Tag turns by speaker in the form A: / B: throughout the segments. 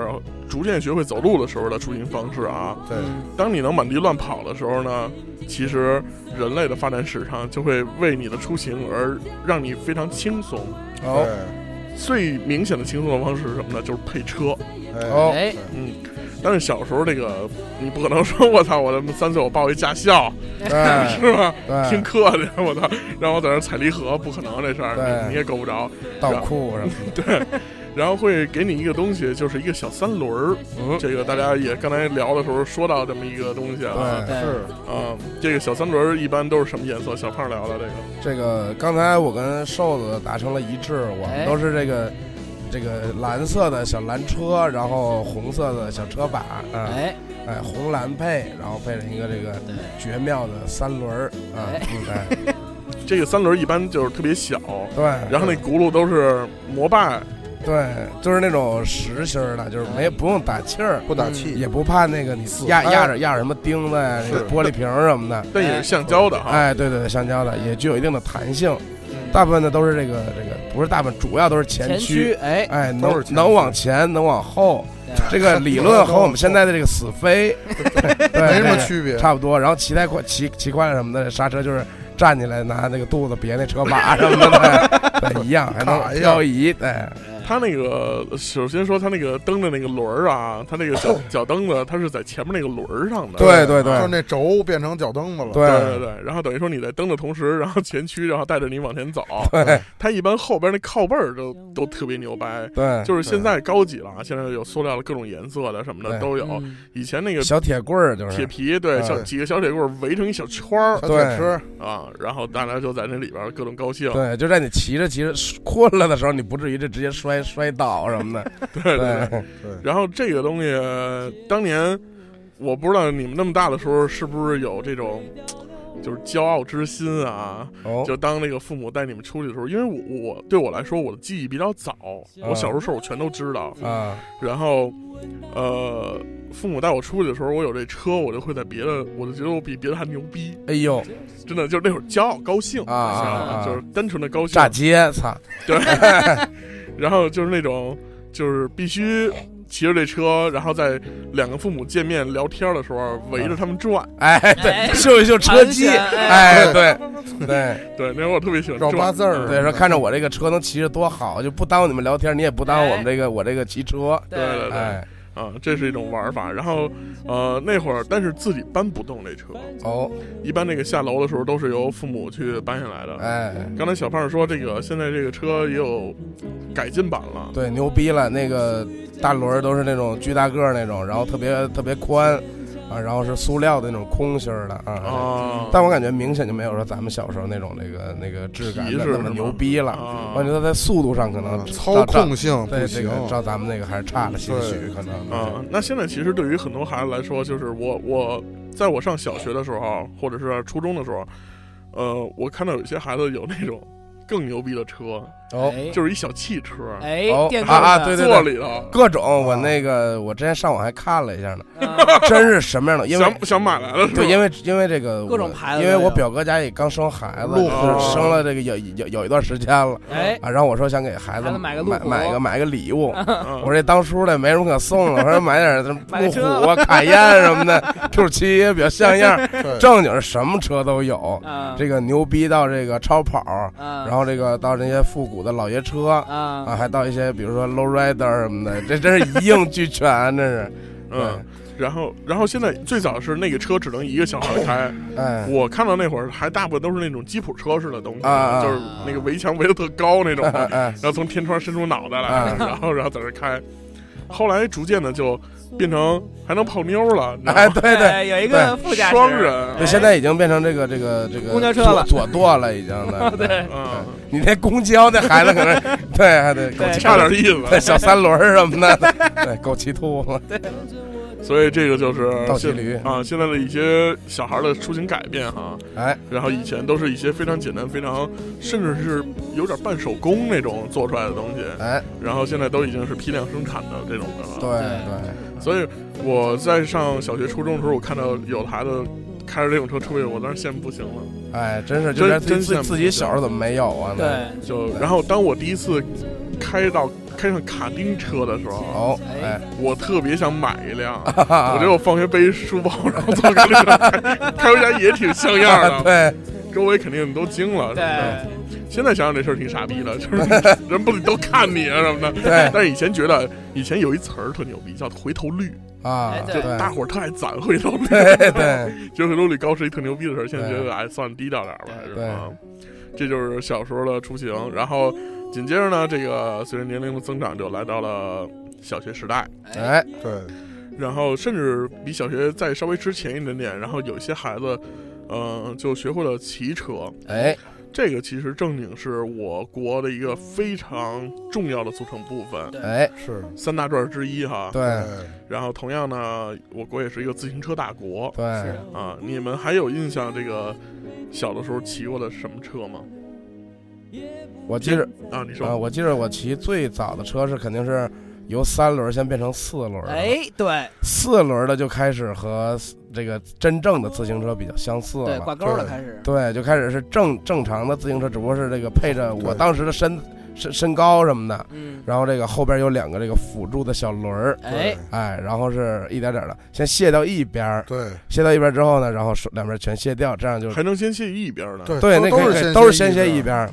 A: 逐渐学会走路的时候的出行方式啊。
B: 对，
C: 嗯
A: 当你能满地乱跑的时候呢，其实人类的发展史上就会为你的出行而让你非常轻松。
D: 哦
B: 对
A: 最明显的轻松的方式是什么呢？就是配车。
B: 哎
D: 哦，
E: 哎，
A: 嗯，但是小时候这个你不可能说我操，我他妈三岁我报一驾校
D: 对
A: 是吧？
B: 哎
A: 听
D: 对，
A: 课去，我操，让我在那儿踩离合，不可能这事儿，
D: 对
A: 你你也够不着。
D: 倒库什么的，
A: 然后会给你一个东西，就是一个小三轮儿。
D: 嗯，
A: 这个大家也刚才聊的时候说到这么一个东西
E: 哎
A: 啊，
D: 对，
B: 是
A: 啊，这个小三轮儿一般都是什么颜色？小胖聊的这个，
D: 这个刚才我跟瘦子达成了一致，我们
C: 哎
D: 都是这个这个蓝色的小蓝车，然后红色的小车把，啊，
E: 哎，
D: 哎，红蓝配，然后配上一个这个
E: 对
D: 绝妙的三轮儿，啊，
E: 哎
D: 嗯哎，
A: 这个三轮儿一般就是特别小，
D: 对，
A: 然后那轱辘都是摩拜，
D: 对，就是那种实心儿的，就是没不用打气儿，嗯
B: 不打气，
D: 也不怕那个你
B: 死
D: 哎压
B: 拍
D: 压着压着什么钉子呀、
B: 是
D: 那个玻璃瓶儿什么的。
A: 但也是橡胶的哈。
D: 哎，对对对，橡胶的也具有一定的弹性，
B: 嗯
D: 大部分的都是这个这个，不是大部分，主要都是前
E: 前驱，哎，
D: 哎，
B: 都
D: 能
B: 是前驱
D: 能往前，能往后，
E: 对
D: 这个理论和我们现在的这个死飞
B: 没什么
D: 区
B: 区别，
D: 差不多。然后骑太快，骑骑快了什么的，刹车就是站起来拿那个肚子别那车把什么的，对对，一样还能
B: 卡一下
D: 漂移，对，
A: 它那个首先说它那个蹬的那个轮儿啊，它那个脚脚蹬子，它是在前面那个轮儿上的。
D: 对对
B: 就是
D: 对
B: 那轴变成脚蹬子了，
D: 对
A: 对对对，然后等于说你在蹬的同时，然后前驱，然后带着你往前走。
D: 对
A: 它一般后边那靠背儿都都特别牛掰，
D: 哎对，
A: 就是现在高级了啊，现在有塑料的各种颜色的什么的
D: 对
A: 都有。
E: 嗯
A: 以前那个
D: 小铁棍儿就
A: 铁
D: 是，
A: 皮，对，
D: 嗯
A: 小几个小铁棍儿围成一小圈儿
B: 小
D: 对
B: 铁车，
A: 啊，然后大家就在那里边儿各种高兴。
D: 对，就在你骑着骑着困了的时候，你不至于这直接摔摔倒什么的，
A: 对对。
D: 对
A: 然后这个东西当年我不知道你们那么大的时候是不是有这种。就是骄傲之心啊！
D: 哦，
A: 就当那个父母带你们出去的时候，因为我我对我来说，我的记忆比较早，
D: 嗯
A: 我小时候事儿我全都知道。
D: 啊，
A: 然后，呃，父母带我出去的时候，我有这车，我就会在别的，我就觉得我比别的还牛逼，
D: 哎呦，
A: 真的就是那会儿骄傲高兴
D: 啊啊
A: 你知道吗
D: 啊
A: 就是单纯的高兴
D: 炸，街，操，
A: 对， 然后就是那种就是必须骑着这车，然后在两个父母见面聊天的时候围着他们转，
D: 哎，对，秀一秀车
E: 安
D: 技，
E: 全哎，
D: 哎，对 对。
A: 对，那会儿我特别喜欢
B: 绕
A: 转嗯
B: 八字儿，
D: 对，说看着我这个车能骑着多好，就不耽误你们聊天，你也不耽误我们这个我这个骑车。
A: 哎对对对，
D: 哎，
A: 啊，这是一种玩法。然后，呃，那会儿但是自己搬不动这车，
D: 哦，
A: 一般那个下楼的时候都是由父母去搬下来的。
D: 哎，
A: 刚才小胖说，这个现在这个车也有改进版了，
D: 对，牛逼了，那个大轮儿都是那种巨大个儿那种，然后特别特别宽，啊，然后是塑料的那种空心儿的啊。
A: 啊，
D: 但我感觉明显就没有说咱们小时候那种那个那个质感
A: 皮
D: 的
A: 实
D: 那
A: 是
D: 么
A: 吗
D: 牛逼了。
A: 啊
D: 我觉得在速度上可能
B: 啊
D: 照
B: 操控性
D: 对
B: 不
D: 这
B: 行，
D: 个照咱们那个还是差了些许，可能。
A: 啊，那现在其实对于很多孩子来说，就是我我在我上小学的时候，或者是初中的时候，呃，我看到有些孩子有那种更牛逼的车，
D: 哦
C: 哎
A: 就是一小汽车，
C: 哎
D: 哦，
C: 电动
D: 啊啊
C: 的
D: 对对
A: 坐里头，
D: 各种我那个我之前上网还看了一下呢，
C: 啊
D: 真是什么样的？因为
A: 想想买来了是吧？
D: 对，因为因为这个
C: 各种
D: 我
C: 牌子
D: 因为
C: 都有
D: 我表哥家也刚生孩子，
B: 路
A: 虎
D: 是生了这个有有有一段时间了
C: 哎，
D: 啊，然后我说想给孩子
C: 孩子买个路
D: 买
C: 虎
D: 买个买个礼 物，
A: 嗯
D: 我这当初的没什么可送了，我说买点儿什么
C: 买个
D: 路
C: 车
D: 虎啊、卡宴什么的，Q 七比较像样儿，
B: 对，
D: 正经是什么车都有，
C: 啊，
D: 这个牛逼到这个超跑，
C: 啊，
D: 然后这个到这些复古的老爷车啊，
C: 啊，
D: 还到一些比如说 low rider 什么的，这真是一应俱全，真是，
A: 嗯，然后然后现在最早是那个车只能一个小孩开，
D: 对哎，
A: 我看到那会儿还大部分都是那种吉普车似的东西，
D: 啊啊
A: 就是那个围墙围的特高那种的，
D: 哎
A: 然后从天窗伸出脑袋来，
D: 啊
A: 然后然后在这开，后来逐渐的就变成还能泡妞了，你知道
D: 哎，
A: 吗
D: 对对。
C: 有一个副驾驶
A: 双，人，
D: 对，现在已经变成这个这个这个
C: 公交车了
D: 左左舵了，已经 的。对，
A: 嗯，
D: 你那公交那孩子可能对还得
C: 对
A: 差点意思。
D: 对小三轮儿什么的，对狗骑兔，
A: 所以这个就是
D: 倒骑
A: 现
D: 驴
A: 啊，现在的一些小孩的出行改变哈，
D: 哎，
A: 然后以前都是一些非常简单、非常甚至是有点半手工那种做出来的东西，
D: 哎，
A: 然后现在都已经是批量生产的这种的了。
D: 对对，
A: 所以我在上小学、初中的时候，我看到有的孩子开着这种车出去，我当时羡慕不行了。
D: 哎，真
A: 真
D: 是就连自
A: 真羡
D: 己
A: 慕
D: 自己小时候怎么没有啊？，
C: 对，
A: 就然后当我第一次开到开上卡丁车的时候，
D: 哦，
C: 哎
D: 哎，
A: 我特别想买一 辆。
D: 哈哈
A: 我觉得我放学背一书包，然后坐卡丁车开，开回家也挺像样的，
D: 对，
A: 周围肯定都惊了。
C: 对，
A: 现在想想这事儿挺傻逼的，就是 人不都看你啊什么的。
D: 对
A: 但是以前觉得，以前有一词儿特牛逼，叫回头率，
D: 啊
C: 哎，
D: 对
C: 对
A: 大伙儿特爱攒回头率。
D: 对对，
A: 就回头率高是一特牛逼的事儿，现在觉
D: 对
A: 得哎，算低调点儿吧，还是
D: 对
A: 吧？这就是小时候的出行，然后紧接着呢，这个随着年龄的增长，就来到了小学时代，
C: 哎，
D: 哎，
B: 对，
A: 然后甚至比小学再稍微之前一点点，然后有一些孩子，呃，就学会了骑车，
D: 哎，
A: 这个其实正经是我国的一个非常重要的组成部分，
D: 哎，
B: 是，
A: 三大转之一哈。
D: 对
A: 然后同样呢，我国也是一个自行车大国
D: 对，
A: 啊。你们还有印象这个小的时候骑过的什么车吗？
D: 我记着
A: 啊，你说、
D: 啊，我记着我骑最早的车是肯定是由三轮儿先变成四轮儿了，
C: 哎，对
D: 四轮儿的就开始和这个真正的自行车比较相似
C: 对，
D: 了，
C: 挂钩了开始，
D: 对，就开始是正正常的自行车，只不过是这个配着我
B: 对
D: 当时的身身身高什么的，
C: 嗯，
D: 然后这个后边有两个这个辅助的小轮儿，
C: 哎，
D: 哎，然后是一点点的先卸到一边儿，
B: 对
D: 卸到一边儿之后呢，然后手两边全卸掉，这样就
A: 还能先卸一边呢。
B: 对
D: 对，
B: 都
D: 那
B: 都
D: 可
B: 是
D: 以都是先
B: 先
D: 卸
B: 卸
D: 一
B: 边，
D: 边儿，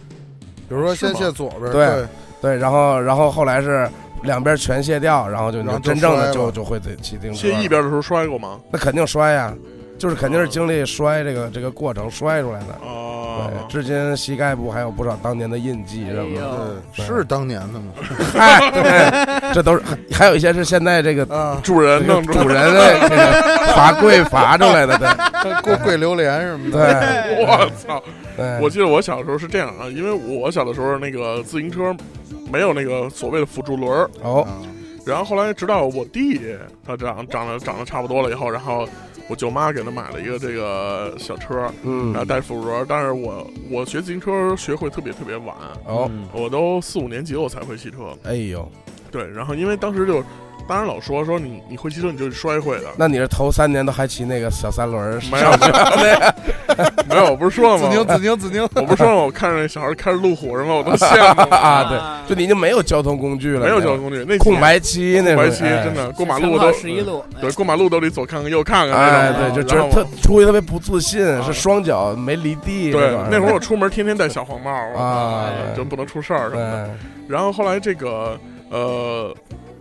B: 比如说
A: 是
B: 先
A: 吗
B: 卸左边，
D: 对，对，然后然后后来是两边全卸掉，然后就
B: 然后
D: 你
B: 就
D: 真正的
B: 摔
D: 就
B: 了
D: 就会自己骑自行车
A: 卸
D: 了，
A: 一边的时候摔过吗？
D: 那肯定摔呀，
B: 嗯
D: 就是肯定是经历摔这个这个过程摔出来的。对，
B: 嗯
A: 啊，
D: 至今膝盖部还有不少当年的印记
C: 哎
D: 什么的，
C: 呦，
B: 对，是当年的嘛，
D: 嗨，对，这都是还还有一些是现在这个
B: 啊，
A: 主人
D: 这个
A: 弄出来
D: 主人的这个罚跪罚出来的，对
B: 贵贵榴莲什么的，
D: 对
A: 我操！
D: 对，
A: 我记得我小时候是这样啊，因为我小的时候那个自行车没有那个所谓的辅助轮儿，
D: 哦
B: 啊
A: 然后后来直到我弟他长长得长得差不多了以后，然后我舅妈给他买了一个这个小车，然后
D: 嗯
A: 带辅助轮儿。但是我我学自行车学会特别特别晚，
D: 哦
B: 嗯
A: 我都四五年级我才会骑车。
D: 哎呦，
A: 对，然后因为当时就当然老说说你你会骑车你就是摔会的，
D: 那你是头三年都还骑那个小三轮儿？
A: 没有没有没有，我不是说了
B: 紫
A: 吗？
B: 宁紫宁紫宁，
A: 我不是说了吗我看着那小孩开着路虎什么，我都羡 慕了。
D: 啊？对，就你已经没有交通工具了，
A: 没有交通工具，那
D: 空白期那
A: 空
D: 种哎
A: 白期真的过马路都
C: 十一路，
A: 对，过马路都得左看看右看看
D: 哎，
A: 那
D: 哎
A: 种。啊
D: 对，
A: 然
D: 就觉得
A: 后
D: 特出去特别不自信，
A: 啊
D: 是双脚没离地
A: 对
D: 种，哎
A: 那会儿我出门天天戴小黄帽
D: 啊
A: 哎
D: 对
A: 就不能出事儿什么的。
D: 哎
A: 然后后来这个呃，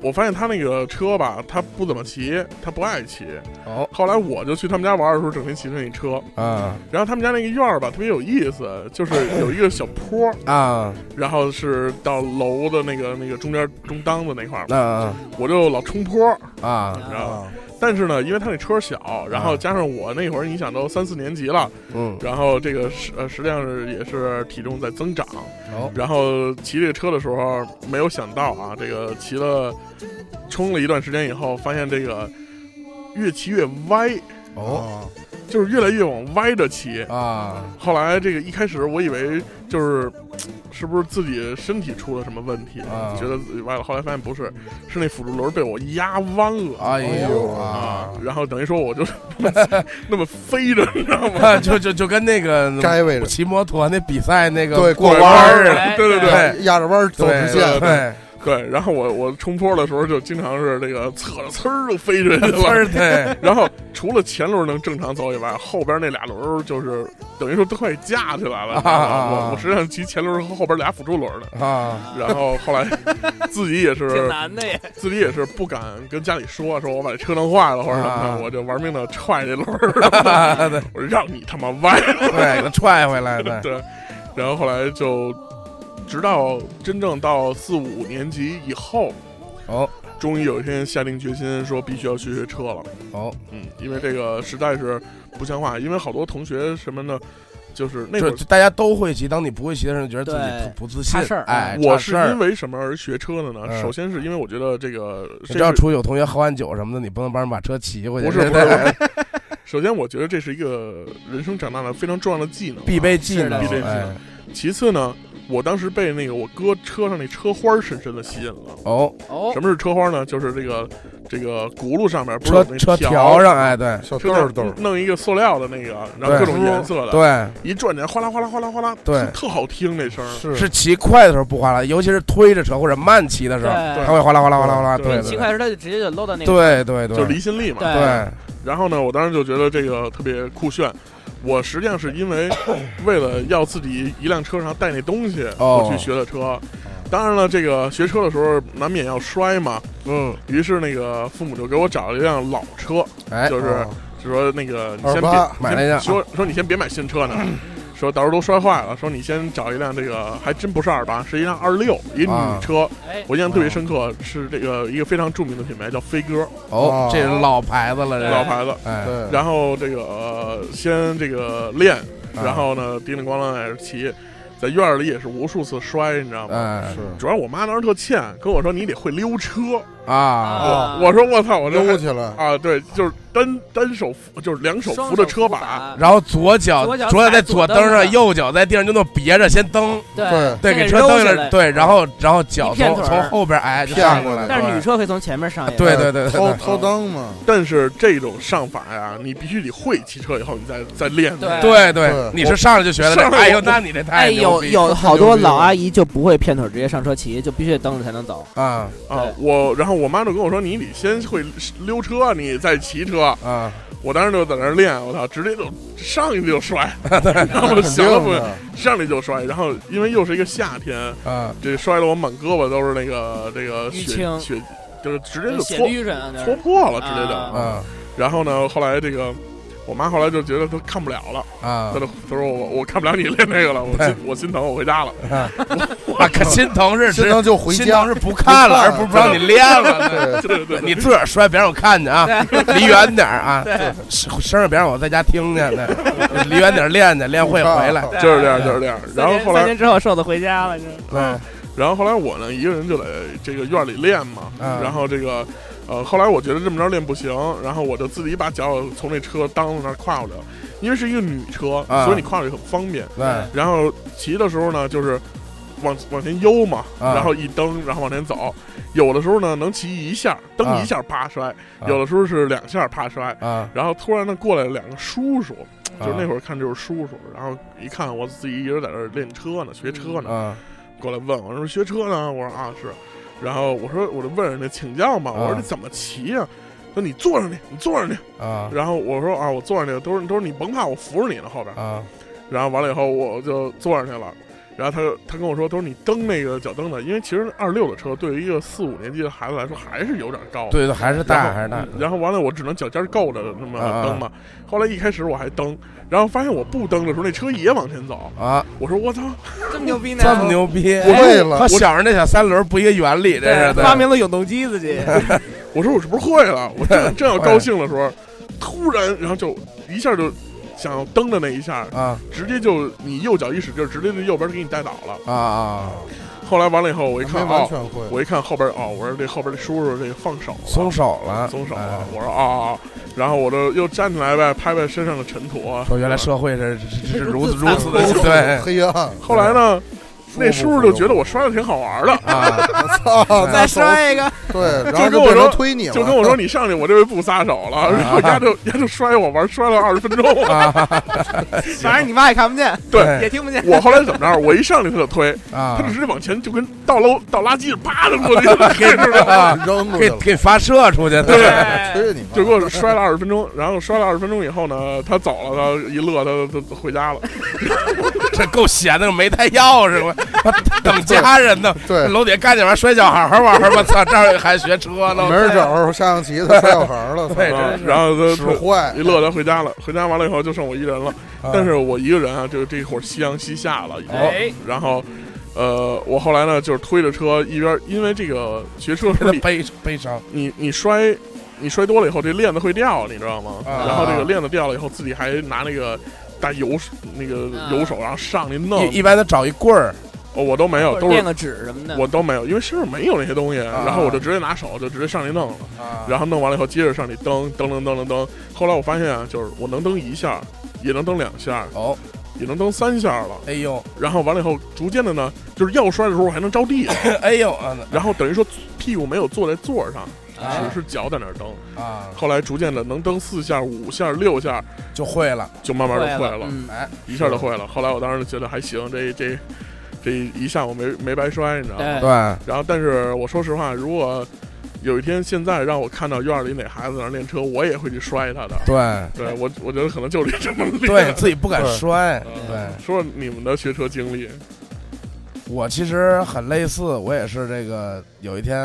A: 我发现他那个车吧，他不怎么骑，他不爱骑。
D: 哦
A: 后来我就去他们家玩的时候，整天骑着那车。
D: 啊
A: 然后他们家那个院儿吧，特别有意思，就是有一个小坡，
D: 啊
A: 然后是到楼的那个那个中间中档子那块儿，
D: 那
A: 我就老冲坡，
D: 啊
C: 哎
A: 然后。
B: 哦
A: 但是呢，因为他那车小，然后
D: 啊
A: 加上我那会儿，你想都三四年级了，
D: 嗯
A: 然后这个实呃实际上是也是体重在增长，
D: 哦
A: 然后骑这个车的时候没有想到啊，这个骑了冲了一段时间以后，发现这个越骑越歪，
D: 哦，
A: 就是越来越往歪着骑。
D: 啊，
A: 后来这个一开始我以为就是是不是自己身体出了什么问题，
D: 啊
A: 觉得自己歪了，后来发现不是，是那辅助轮被我压弯了。
D: 哎呦
A: 啊
D: 啊，，
A: 然后等于说我就 那么飞着，你知道吗？
D: 啊 就就就跟那个
B: 该位置，
D: 骑摩托那比赛那个
B: 对过
D: 拐
B: 弯
D: 儿
B: 儿
D: 啊
C: 哎
A: 对对对
D: 对
B: 压着弯儿走直
D: 对
B: 线，
D: 对，
A: 对，然后我我冲坡的时候就经常是这个侧着呲儿就飞出去
D: 呲
A: 了，
D: 儿对，
A: 然后除了前轮能正常走以外，后边那俩轮儿就是等于说都快架起来了。
D: 啊啊啊
A: 我我实际上骑前轮和后边俩辅助轮的，
D: 啊
A: 然后后来自己也
C: 挺
A: 是
C: 难的呀，
A: 自己也是不敢跟家里说，说我把这车弄坏了或者什么
D: 啊
A: 的，我就玩命的踹这轮儿，
D: 对
A: 我让你他妈歪。
D: 对，给他踹回来，哎对，
A: 对，然后后来就直到真正到四五年级以后，
D: 哦
A: 终于有一天下定决心说必须要学学车了。
D: 哦，
A: 嗯，因为这个实在是不像话，因为好多同学什么的，就是那会
D: 就
A: 儿
D: 就大家都会骑，当你不会骑的时候，觉得自己
C: 对
D: 不不自信
C: 差事儿，啊
D: 哎，
A: 我
D: 差
A: 是
D: 事儿
A: 因为什么而学车的呢？
D: 嗯
A: 首先是因为我觉得这个
D: 你
A: 这
D: 知道
A: 是
D: 出去有同学喝完酒什么的，你不能帮人把车骑回去，
A: 不是
D: 这
A: 不是，不是 首先我觉得这是一个人生长大的非常重要的技能啊，
D: 必备技
C: 是的
D: 能，
A: 必备技能
D: 哎
A: 其次呢，我当时被那个我哥车上那车花儿深深的吸引了。
D: 哦，
C: 哦，
A: 什么是车花呢？就是这个这个轱辘上面不是有
D: 车
A: 那
D: 车
A: 条
D: 条，上，哎，对
B: 小
A: 车
B: 豆儿豆儿，
A: 弄一个塑料的那个，然后
D: 对
A: 各种颜色的，
D: 对。
A: 一转起来哗啦哗啦哗啦哗啦，
D: 对
A: 特特好听那声儿。
B: 是
D: 是骑快的时候不哗啦，尤其是推着车或者慢骑的时候，
A: 啊
C: 对
D: 它会哗啦哗啦哗啦哗啦，
A: 对
D: 对
C: 奇
D: 对
C: 怪的时候他就直接就搂到那个，
D: 对对对，
A: 就离心力嘛，
C: 对
D: 对
A: 然后呢，我当时就觉得这个特别酷炫。我实际上是因 为为了要自己一辆车上带那东西，
D: 哦
A: 我去学的车。当然了，这个学车的时候难免要摔嘛，
D: 嗯，
A: 于是那个父母就给我找了一辆老车，
D: 哎，
A: 就是
B: 哦
A: 就说那个你先
B: 二
A: 别
B: 八
D: 买了一辆
A: 说说你先别买新车呢， 说到时候都摔坏了，说你先找一辆这个还真不是二八，是一辆二六，一
D: 啊
A: 女车。
C: 哎，
A: 我印象特别深刻，是这个一个非常著名的品牌叫飞鸽，
D: 哦，这是老牌子了，这
A: 老牌子。
D: 哎，
B: 对，
A: 然后这个、呃先这个练，
D: 啊
A: 然后呢叮铃咣啷在这骑，在院儿里也是无数次摔，你知道吗？
D: 哎
B: 是
A: 主要我妈当时特欠，跟我说你得会溜车。
D: 啊，
C: 啊
A: 我我说我操，我这
B: 溜
A: 还
B: 起来，
A: 啊，对，就是单单手扶，就是两手扶
C: 双
A: 着
C: 手
A: 车
C: 扶
A: 把，，
D: 然后左脚
C: 左脚
D: 脚在
C: 踩
D: 左
C: 左
D: 蹬
C: 蹬
D: 上，
C: 上
D: 右脚在地上就那么别着，先蹬，
C: 对，
B: 对，
D: 对，
C: 先
D: 给
C: 给
D: 车
C: 扔
D: 蹬
C: 下
D: 下来，
C: 来
D: 对，然后然后脚
C: 一片
D: 从
C: 腿儿
D: 从后边哎就
B: 骗
D: 上
B: 过来
C: 但是女
D: 对
C: 车会从前面
A: 啊
C: 上也，
D: 对对对对
B: 掏
D: 对
B: 掏裆嘛，
A: 但是这种上法呀，你必须得会骑车以后，你再再练。
C: 对
D: 对
B: 对
D: 对，你是上来就学的
A: 上，来
D: 哎呦，
A: 我
D: 那你这
C: 哎，
D: 太牛
C: 有
D: 逼
C: 有好
B: 牛
C: 多
B: 逼
C: 老
B: 了
C: 阿姨就不会骗腿儿直接上车骑，就必须得蹬着才能走。
D: 啊
A: 啊，我然后我妈就跟我说，你得先会溜车，你再骑车。
D: 啊，
A: 我当时就在那儿练，我操，直接就上去就摔，然后
B: 肯
A: 想都不
B: 定
A: 想
B: 的，
A: 上来就摔，然后因为又是一个夏天，
D: 啊
A: 这摔得我满胳膊都是那个这个血
C: 淤青
A: 血，就是直接就
C: 血
A: 搓
C: 捋着呢，
A: 搓破了，直接就。
D: 啊
A: 然后呢，后来这个我妈后来就觉得她看不了了，
D: 啊
A: 她就她说我我看不了你练那个了，我心我心疼，我回家了。
D: 啊！可心疼是
B: 心
D: 直
B: 疼就回
D: 心
B: 家
D: 疼，是不看了，
B: 不
D: 而不是
B: 看了
D: 不让你练 了。对
B: 对，
A: 对对对，
D: 你自个儿摔，别让我看见啊，离远点儿啊，声声儿别让我在家听见，对，离远点儿练去，练会回来。
A: 就是这样，就是这样。然后后
C: 三
A: 来，
C: 年之后，瘦子回家了，就
D: 嗯
A: 然后后来我呢，一个人就在这个院里练嘛。
D: 嗯
A: 然后这个，呃，后来我觉得这么着练不行，然后我就自己把脚从那车裆子那儿跨过来了，因为是一个女车，
D: 啊
A: 所以你跨过去很方便。
D: 对，
A: 然后骑的时候呢，就是往往前悠嘛，
D: 啊
A: 然后一蹬，然后往前走。有的时候呢，能骑一下，蹬一下啪摔；有的时候是两下啪摔。
D: 啊，
A: 然后突然呢，过来两个叔叔，就是那
D: 会
A: 会儿看就是叔叔，然后一看我自己一直在这儿练车呢，学车呢，
D: 啊
A: 过来问我说学车呢，我说啊是，然后我说我就问人家请教嘛，我
D: 啊
A: 说这怎么骑呀、说你坐上去，你坐上去。
D: 啊
A: 然后我说啊，我坐上去，都是都是你甭怕，我扶着你呢后边。
D: 啊
A: 然后完了以后我就坐上去了，然后他他跟我说，都是你蹬那个脚蹬的，因为其实二六的车对于一个四五年级的孩子来说还是有点高的。
D: 对对，还
A: 然
D: 是
A: 后
D: 大还是大
A: 嗯然后完了，我只能脚尖够着那么
D: 啊
A: 蹬嘛。后来一开始我还蹬，然后发现我不蹬的时候，那车也往前走。
D: 啊，
A: 我说我操，
C: 这么牛逼呢
D: 这么牛逼，
B: 不会了
D: 和，小时候那小三轮不一个原理，这是对
C: 发明了永动机自己，
A: 我说我是不是会了？我正正要高兴的时候，突然然后就一下就想要蹬的那一下，
D: 啊
A: 直接就你右脚一使劲，直接就右边就给你带倒了。
D: 啊啊
A: 后来完了以后，我一
B: 没
A: 看
B: 完
A: 啊，
B: 全会。
A: 我一看后边啊，我说这后边这叔叔这个放手了，
D: 松手了，
A: 松手
D: 哎
A: 了。我说啊啊，啊然后我就又站起来呗，拍拍身上的尘土啊。
D: 说原来社会是是是如此如此
B: 都
D: 的
B: 是
D: 对
B: 黑暗，
A: 后来呢，
D: 服
A: 那叔叔就觉得我摔的挺好玩的，
D: 啊，
B: 操，
C: 再
B: 那手
C: 摔 一个，
B: 对，然
A: 就
B: 后
A: 跟我
B: 变
A: 说
B: 成推你了，
A: 就跟我说你上去，我这回不撒手了，然后丫就丫就摔我玩摔了二十分钟。
C: 反正你妈也看不见，
D: 哎
A: 对
C: 也听不见。
A: 我后来怎么着？我一上去他就推，
D: 啊
A: 他就直接往前就跟倒垃倒垃圾啪就过去了， 似的。
D: 啊，
B: 扔出去
D: 给
B: 了，
D: 给发射出去，
A: 对
B: 推你妈，
A: 就给我摔了二十分钟，然后摔了二十分钟以后呢，他走了，他一乐，他他回家了。
D: 这够闲的，没带钥匙，我我等家人呢。
B: 对，
D: 楼底下干点玩摔小孩玩儿，我操，这儿还学车呢，
B: 没人找下象棋的摔小孩了，
D: 对
B: 操
A: 啊然后他
B: 使坏
A: 一，乐，他回家了。回家完了以后就剩我一人了，
D: 啊哦
A: 但是我一个人啊，就这会儿夕阳西下了，已经。然后，呃，我后来呢，就是推着车一边，因为这个学车时
D: 现
A: 候
D: 在
A: 你
D: 悲悲伤
A: 你你摔。你摔多了以后，这链子会掉，你知道吗？
D: 啊
A: 然后这个链子掉了以后，自己还拿那个大油那个油手，然后上去弄。
D: 一一般都找一棍儿
A: 哦我都没有，都是
E: 垫个纸什么的。
A: 我都没有，因为身上没有那些东西，
D: 啊
A: 然后我就直接拿手就直接上去弄了，
D: 啊
A: 然后弄完了以后接着上去蹬蹬蹬蹬蹬蹬。后来我发现啊，就是我能蹬一下，也能蹬两下，
D: 哦，
A: 也能蹬三下了。
D: 哎呦，
A: 然后完了以后，逐渐的呢，就是要摔的时候我还能着 地，
D: 哎呦，啊
A: 然后等于说屁股没有坐在座上，
D: 啊
A: 只是脚在那儿蹬。
D: 啊，
A: 后来逐渐的能蹬四下、五下、六下，
D: 就会了，
A: 就慢慢就
E: 会
A: 会了，
E: 嗯
D: 哎，
A: 一下就会了。后来我当时觉得还行，这这这一下午没没白摔，你知道吗？
E: 对，
B: 啊
D: 对，
A: 然后，但是我说实话，如果有一天现在让我看到院里哪孩子在那儿练车，我也会去摔他的。
D: 对
A: 对我，我觉得可能就得这么练。
D: 对，自己不敢
A: 对
D: 摔，
A: 嗯
D: 对。
A: 说说你们的学车经历，
D: 我其实很类似，我也是这个。有一天，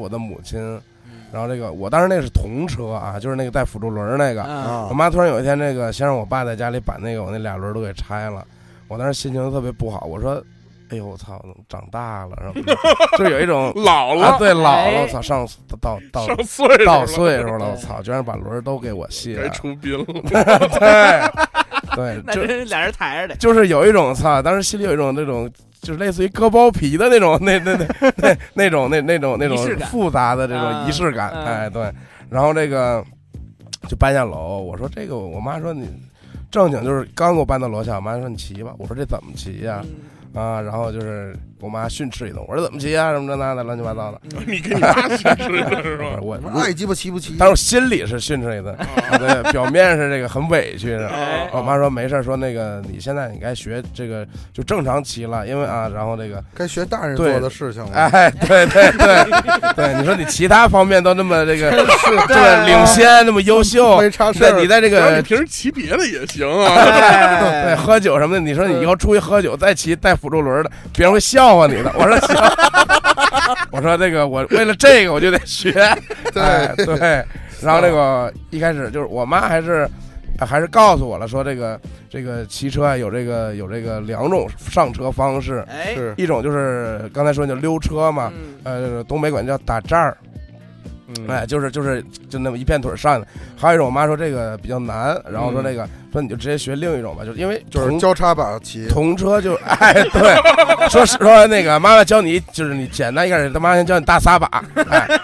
D: 我的母亲，
A: 嗯
D: 然后这个我当时那是童车啊，就是那个带辅助轮儿那个。
E: 啊，
B: 啊
D: 我，妈突然有一天，这个先让我爸在家里把那个我那俩轮儿都给拆了，我当时心情特别不好，我说：“哎呦，我操，长大了什么的， 就是有一种
A: 老了，
D: 啊，对，老了，
E: 哎
D: 我操，上到到
A: 上岁数了，
D: 啊到岁数了，我
E: 对
D: 操，居然把轮儿都给我卸
A: 该
D: 了，
A: 出殡了。
D: 对对，
C: 那
D: 就
C: 真是俩人抬着的，
D: 就是有一种操，当时心里有一种那种，就是类似于割包皮的那种，那 那那那那种那那种那
E: 仪式
D: 种
E: 感
D: 复杂的这种
E: 啊
D: 仪式感，
E: 啊
D: 哎对，然后这个就搬下楼，我说这个我妈说你正经就是刚给我搬到楼下，我妈说你骑吧，我说这怎么骑呀、
C: 嗯
E: 嗯
D: 啊？然后就是我妈训斥一顿，我说怎么骑呀、什么这那的乱七八糟的，
E: 嗯
A: 你给你妈学车的是吧
D: 我 说？我
B: 我说爱鸡巴骑不骑？
D: 但是我心里是训斥一顿，
B: 哦
D: 啊对，表面是这个很委屈是吧哦
E: 哎
D: 我妈说没事儿，说那个你现在你该学这个就正常骑了，因为啊，然后这个，
B: 该学大人做
D: 对
B: 的事情了。
D: 哎，对对对对，你说你其他方面都那么这个这么领先，那么优秀，
B: 啊没差事
D: 哦那
B: 儿，
D: 你在这
A: 然后
D: 个哎
A: 你平时骑别的也行啊，
D: 对
C: 对，
D: 喝酒什么的，你说
B: 嗯
D: 你以后出去喝酒再骑带辅助轮的，别人会笑 话你的。我说行，我说这个我为了这个我就得学，哎
B: 对 哦
D: 对。然后这个一开始就是我妈还是。呃还是告诉我了，说这个这个骑车啊，有这个有这个两种上车方式，
E: 哎，
B: 是
D: 一种就是刚才说就溜车嘛，
E: 嗯
D: 呃，东北管叫打站儿，
B: 嗯
D: 哎，就是就是就那么一片腿儿上的。还有一种，我妈说这个比较难，然后说这个说你就直接学另一种吧，就是因为
B: 嗯就是
D: 同
B: 交叉把骑，
D: 同车就 哎，对，说实说那个妈妈教你，就是你简单一点，他妈先教你大撒把，哎，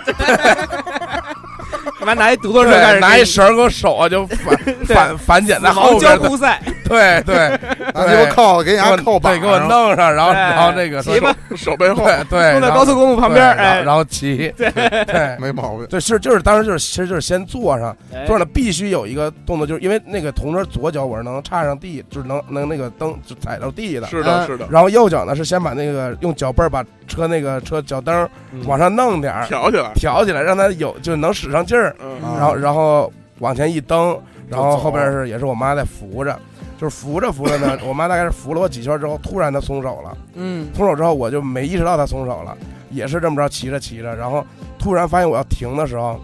C: 你妈拿一独轮车开
D: 对，
C: 始
D: 拿一绳儿给我手啊就反 反反剪在后
C: 王
D: 边
C: 交
D: 儿的，
C: 互赛，
D: 对 对，
B: 拿鸡巴铐给你
D: 给
B: 家
D: 我
B: 铐把
D: 对，给我
B: 上，
D: 弄上， 然后
C: 对
D: 然后这个
C: 骑哎吧，
A: 手背后
D: 对对，
C: 弄在
D: 然
C: 高
D: 后
C: 速公路旁边，
D: 对然后
C: 哎，
D: 然后骑，对 对
B: 没毛病。
D: 对，是就是当时就是其实就是先坐上，
E: 哎
D: 坐上了必须有一个动作，就是因为那个同桌左脚我是能踏上地，就是能能那个蹬就踩到地的，啊
A: 是的，是的，
D: 然后右脚呢是先把那个用脚背儿把车那个车脚蹬儿
C: 嗯
D: 往上弄点儿，
A: 挑起来，
D: 挑起来，让它有就能使上劲儿，
A: 嗯
B: 啊
D: 然后然后往前一蹬，然
B: 就
D: 后
B: 走
D: 后边是也是我妈在扶着，就是扶着扶着呢，我妈大概是扶了我几圈之后，突然她松手了，
E: 嗯，
D: 松手之后我就没意识到她松手了，也是这么着骑着骑着，然后突然发现我要停的时候，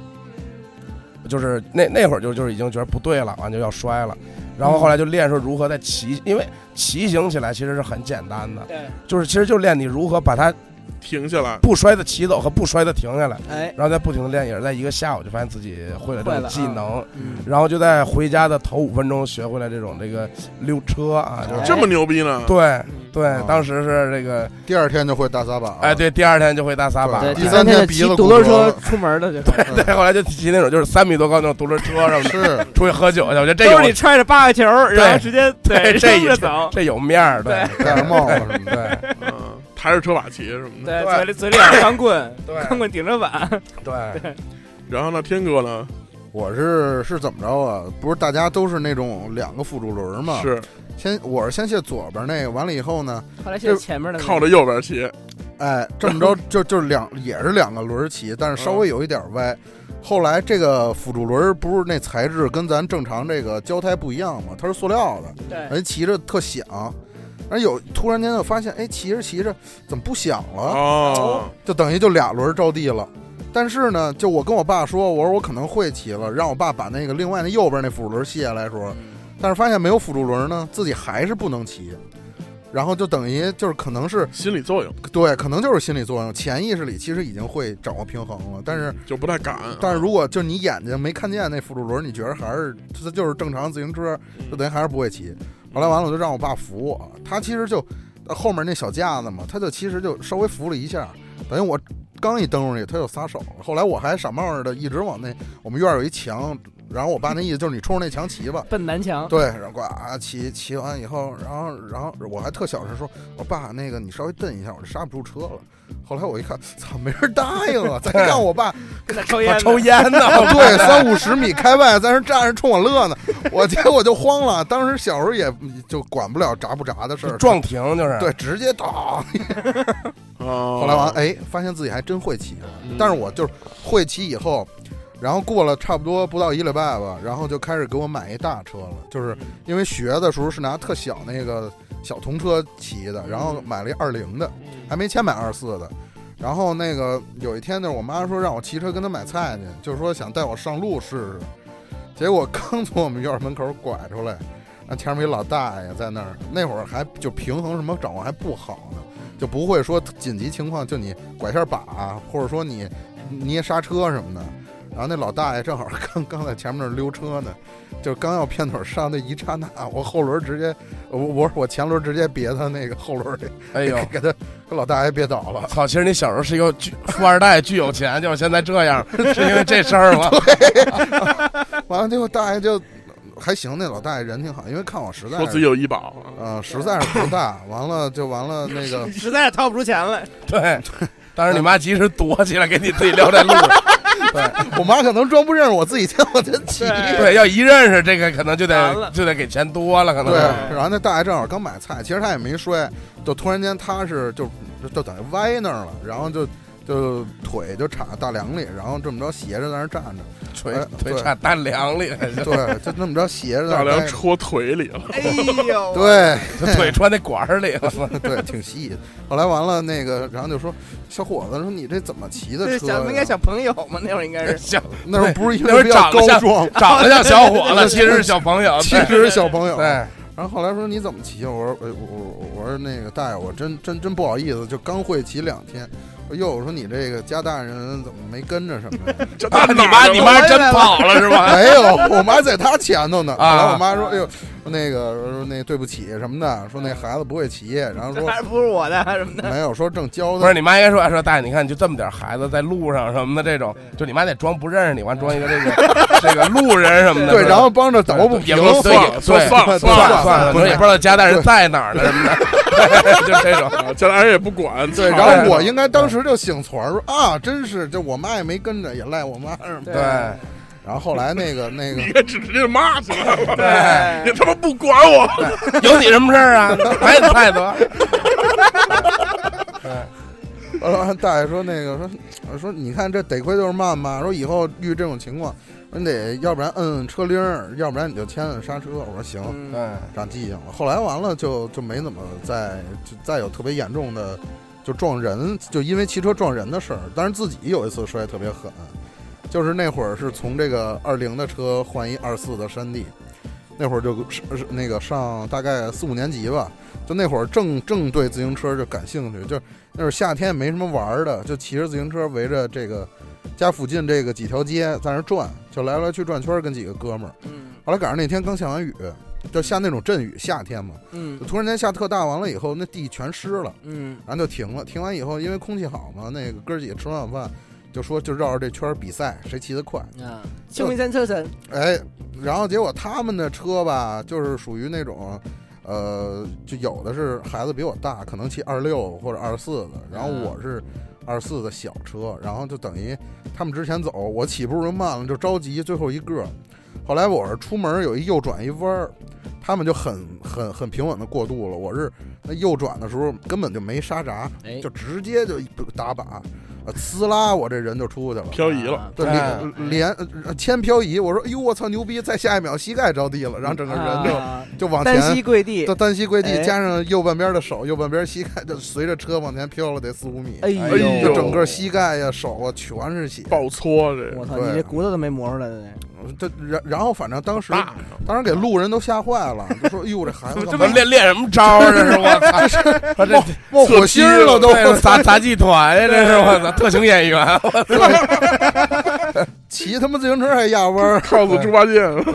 D: 就是那那会儿就就是已经觉得不对了，完就要摔了。然后后来就练说如何在骑，因为骑行起来其实是很简单的，
E: 对，
D: 就是其实就练你如何把它
A: 停下来，
D: 不摔的骑走和不摔的停下来，
E: 哎，
D: 然后再不停的练，也是在一个下午就发现自己会了这
E: 会
D: 种
E: 了
D: 技能，
E: 嗯，
D: 然后就在回家的头五分钟学会了这种这个溜车啊，就是
B: 哎
A: 哦这么牛逼呢？
D: 对，对，
B: 啊
D: 当时是这个，
B: 第二天就会大撒把。
D: 哎，，对，第二天就会大撒把，
B: 哦对
C: 第
B: 第
C: 三
B: 三
C: 天
B: 天
C: 就
B: 鼻
C: 骑
B: 子
C: 独
B: 骨
C: 轮
B: 折
C: 车
B: 了
C: 出门的，就是
B: 嗯
D: 对，后来就骑那种就是三米多高那种独轮车什么的，
B: 是
D: 出去喝酒去。我觉得这
C: 都是你
D: 有
C: 揣着八个球，然后
D: 对
C: 直接
D: 对这
C: 扔着
D: 也
C: 走，
D: 这有面儿，对
B: 戴上帽子什么的。
D: 哎对
A: 嗯，抬着车把骑什么的。
C: 对，
D: 对
C: 嘴里嘴里两 钢棍，钢
D: 对
C: 棍顶着碗，
D: 对，
A: 然后呢，天哥呢？
B: 我是是怎么着啊？不是大家都是那种两个辅助轮儿
D: 嗯
B: 吗？
A: 是
B: 先我是先卸左边那个，完了以后呢，
C: 后来现在前面的那个
A: 靠着右边骑，
B: 哎，这么着就就是两也是两个轮儿骑，但是稍微有一点歪。
D: 嗯
B: 后来这个辅助轮儿不是那材质跟咱正常这个胶胎不一样嘛，它是塑料的，
D: 哎
C: 对
B: 人骑着特响。而有突然间就发现，哎，骑着骑着怎么不响
D: 啊
B: 了？
A: 哦，
B: 就等于就俩轮儿着地了。但是呢，就我跟我爸说，我说我可能会骑了，让我爸把那个另外那右边那辅助轮卸下来说，但是发现没有辅助轮呢，自己还是不能骑，然后就等于就是可能是
A: 心理作用
B: 对，可能就是心理作用，潜意识里其实已经会掌握平衡了，但是
A: 就不太敢啊。
B: 但是如果就是你眼睛没看见那辅助轮，你觉得还是这就是正常自行车，就等于还是不会骑。后来完了，我就让我爸扶我，他其实就呃后面那小架子嘛，他就其实就稍微扶了一下，等于我刚一蹬上去，他就撒手了。后来我还傻冒似的，一直往那我们院儿有一墙，然后我爸那意思就是你冲着那墙骑吧。
C: 奔南墙，
B: 对，然后呱骑骑完以后，然后然后我还特小声说：“我爸，那个你稍微蹬一下，我刹不住车了。”后来我一看，操，没人答应啊！再看我爸
C: 跟他 抽
D: 我
C: 烟呢，
D: 抽烟呢，
B: 啊，对，三五十米开外，在那站着冲我乐呢，我结果就慌了。当时小时候也就管不了闸不闸的事
D: 就
B: 儿，
D: 撞停就是，
B: 对，直接当。
A: 哦，
B: 后来完了，哎，发现自己还真会骑了。
A: 嗯
B: 但是我就是会骑以后，然后过了差不多不到一礼拜吧，然后就开始给我买一大车了，就是因为学的时候是拿特小那个小童车骑的，然后买了一二零的，还没钱买二四的。然后那个有一天呢，我妈说让我骑车跟她买菜去，就是说想带我上路试试。结果刚从我们院门口拐出来，那前面一老大爷在那儿，那会儿还就平衡什么掌握还不好呢，就不会说紧急情况就你拐下把，或者说你捏刹车什么的。然后那老大爷正好 刚刚在前面那儿溜车呢，就刚要片腿上那一刹那，我后轮直接，我我我前轮直接别他那个后轮里，
D: 哎呦，
B: 给他给老大爷别倒了。
D: 操！其实你小时候是一个巨富二代，巨有钱，结果现在这样，是因为这事儿吗？
B: 完了，结果大爷就还行，那老大爷人挺好，因为看我实在
A: 说自己
B: 是，
A: 有医保，
B: 呃，实在是头大，完了就完了那个。
C: 实在是掏不出钱了，
D: 对，当时你妈及时躲起来，给你自己撂在路。
B: 我妈可能装不认识我自己见我真急。
C: 对
D: 对，要一认识这个，可能就
C: 完了
D: 得就得给钱多了，可能
B: 对，
D: 是。
B: 然后那大爷正好刚买菜，其实他也没摔，就突然间他是就就就等于歪那儿了，然后就就腿就插大梁里，然后这么着斜着在那儿站着，
D: 腿
B: 哎
D: 腿
B: 对哎
D: 插大梁里，
B: 对，就那么着斜着在那
A: 大
B: 儿
A: 梁
B: 待着
A: 戳腿里了。
C: 哎呦，
B: 对，
D: 腿穿那管儿里 了。
B: 对，挺细的。后来完了，那个，然后就说：“小伙子，说你这怎么骑的
C: 这是
B: 车
C: 小
B: 呀
C: 应该小朋友嘛，那会儿应该是
D: 像
B: 那时候不是因
D: 那会
B: 为
D: 儿
B: 比较
D: 长得
B: 高
D: 像
B: 壮，
D: 长得像小伙子，其实是小朋友。
B: 其
D: 对
B: 实是小朋友。
D: 对，
B: 然后后来说你怎么骑啊？我说哎我我我说那个大爷，我真真真不好意思，就刚会骑两天。我说哟，我说你这个家大人怎么没跟着什么呀？
A: 这
D: 啊
A: 大
D: 你妈你妈真跑了是吧？
B: 没有，我妈在他前头呢。后
D: 啊
B: 来我妈说哎呦，那个说那对不起什么的，说那孩子不会骑，然后
C: 这
B: 说
C: 还不是我的什么的，
B: 没有，说正教
D: 不
B: 他
D: 是，。你妈应该说说大爷，你看你就这么点孩子在路上什么的这种，就你妈得装不认识你，完装一个这个这个路人什么的。
B: 对，然后帮着倒不
D: 也
B: 平，
D: 不能
A: 算了
D: 对对
A: 算了
D: 算
B: 算
D: 了
B: 了
D: 算了，可能也不知道家大人在哪儿呢什么的，就这种。
A: 啊，家里人也不管。
B: 对，
A: 操
B: 然后我应该当时就醒错儿，说啊，真是，这我妈也没跟着，也赖我妈什么的。
D: 对
B: 然后后来那个 那个
A: 你该指着这骂去了，
D: 对，哎
A: 你他妈不管我。
D: 有你什么事儿啊？买你菜 得。
B: 完了，大爷说那个说我说你看这得亏就是慢嘛，说以后遇这种情况，说你得要不然摁摁车铃儿，要不然你就先摁刹车。我说行，
C: 嗯
D: 对，
B: 长记性了。后来完了就就没怎么再就再有特别严重的就撞人，就因为骑车撞人的事儿。但是自己有一次摔特别狠，就是那会儿是从这个二零的车换一二四的山地，那会儿就是是那个上大概四五年级吧，就那会儿正正对自行车就感兴趣，就那会儿夏天也没什么玩儿的，就骑着自行车围着这个家附近这个几条街在那儿转，就来来去转圈儿跟几个哥们儿。
C: 嗯
B: 后来赶上那天刚下完雨，就下那种阵雨，夏天嘛，
C: 嗯
B: 就突然间下特大，完了以后那地全湿了，
C: 嗯，
B: 然后就停了。停完以后，因为空气好嘛，那个哥儿几个吃完晚饭就说就绕着这圈儿比赛，谁骑得快。
C: 啊，秋名山车神，
B: 哎，然后结果他们的车吧，就是属于那种，呃，就有的是孩子比我大，可能骑二六或者二四的，然后
C: 嗯
B: 我是二四的小车，然后就等于他们之前走，我起步就慢了，就着急最后一个。后来我是出门有一右转一弯儿，他们就很很很平稳的过渡了，我是那右转的时候根本就没刹闸，
C: 哎
B: 就直接就一打把，呃，呲啦，我这人就出去了。
A: 漂移了，
B: 对，
D: 哎
C: 嗯
B: 连连呃铅漂移，我说哎呦我操牛逼，再下一秒膝盖着地了，然后整个人就、
C: 啊
B: 就往
C: 单
B: 前
C: 膝跪地
B: 就，单膝跪地，
C: 哎
B: 加上右半边的手，右半边膝盖就随着车往前飘了得四五米，
C: 哎
D: 哎
A: 呦
B: 就整个膝盖呀、手啊全是血。
A: 爆搓这
C: 我操，
B: 对
C: 你这骨头都没磨出来的，
B: 这然然后反正当时
A: 大
B: 当时给路人都吓坏了，就说哎呦这孩子
D: 这不练练什么招儿？这是我操！这是
B: 冒火星儿了都。
D: 对杂杂技团呀，这是我操！特型演员，
B: 骑他妈自行车还压弯儿，
A: 靠子猪八戒，
B: 对。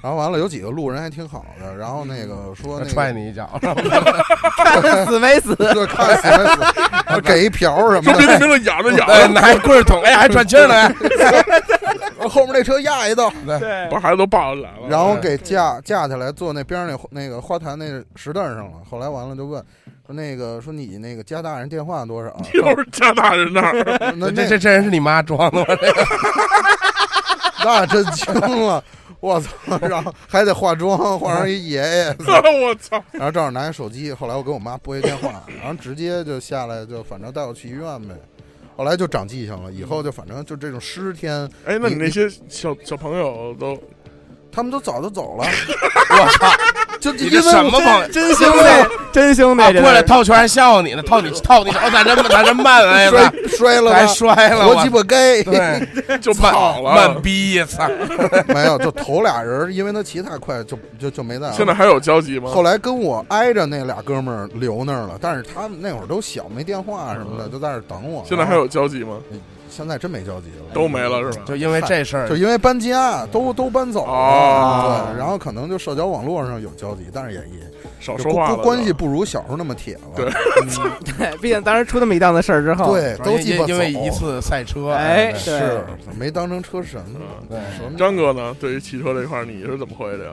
B: 然后完了，有几个路人还挺好的，然后那个说那个
D: 踹你一脚，
C: 那死没死？
B: 对，看死没死，啊给一瓢什么
A: 说别
B: 的，
A: 的名字咬着咬
D: 哎，拿一棍儿捅，哎，还喘气 儿呢，
B: 后面那车压一道，
C: 对
A: 把孩子都抱起来
D: 哦
A: 了。
B: 然后给架架起来，坐那边上那那个花坛那石凳上了。后来完了就问说那个说你那个加大人电话多 少？
A: 又是加大人那儿，
B: 那
D: 这
B: 那
D: 这这人是你妈装的吗？
B: 那真惊了，我操！然后还得化 妆，化成一爷爷。
A: 我操！
B: 然后正好拿一手机，后来我给我妈拨一电话，然后直接就下来就反正带我去医院呗。后来就长记性了，以后就反正就这种湿天，
A: 哎，那你
B: 你
A: 那些小小朋友都
B: 他们都早 就走了。
D: 我操！
B: 就
D: 你
B: 因
D: 这
B: 为
D: 什么朋友？
C: 真兄弟，真兄弟，
D: 啊
C: 这
D: 过来套圈还笑你呢，套你套你，哦，咋这么咋这么慢啊？哎
B: 摔摔了吧
D: 还摔了，
B: 活鸡
D: 我
B: 巴该。
D: 对，
A: 就
D: 慢
A: 跑了
D: 慢。逼，操！
B: 没有，就头俩人儿，因为他骑太快，就就就没在。
A: 现在还有交集吗？
B: 后来跟我挨着那俩哥们儿留那儿了，但是他们那会儿都小，没电话什么的，就在那儿等我。
A: 嗯现在还，有交集吗？
B: 现在真没交集了，
A: 都没了是吧？
D: 就因为这事儿
B: 就，因为搬家，都都搬走了。
A: 哦
B: 对，然后可能就社交网络上有交集，但是也也
A: 少
B: 就
A: 说话
B: 不
A: 了。
B: 关系不如小时候那么铁了。
A: 对
C: 对，毕竟当时出那么一档子事儿之后，，
B: 对，
D: 主要
B: 都
D: 因
B: 鸡巴
D: 哦因因为
B: 走
D: 一次赛车，
C: 哎对
B: 是没当成车神。
A: 嗯
D: 对，
B: 什么
A: 张哥呢？对于汽车这块儿，你是怎么会的呀？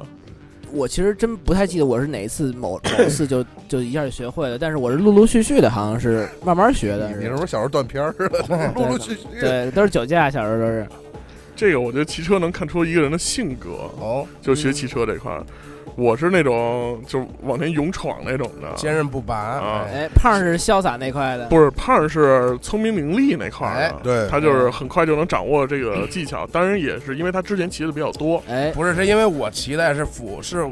E: 我其实真不太记得我是哪一次某某次就 就一下就学会了，但是我是陆陆续续的，好像是慢慢学的
B: 你。你是不是小时候断片儿了？ 陆陆续续。
E: 对，都是酒驾，小时候都是。
A: 这个我觉得骑车能看出一个人的性格，
D: 哦，
A: 就学骑车这块儿。我是那种就往前勇闯那种的，
D: 坚韧不拔，
A: 啊
D: 哎
E: 哎，胖是潇洒那块的，
A: 不是胖是聪明伶俐那块儿
D: 哎嗯
A: 的，
B: 对
A: 他就是很快就能掌握这个技巧。当然也是因为他之前骑的比较多，
E: 哎，
D: 不是是因为我骑的是辅是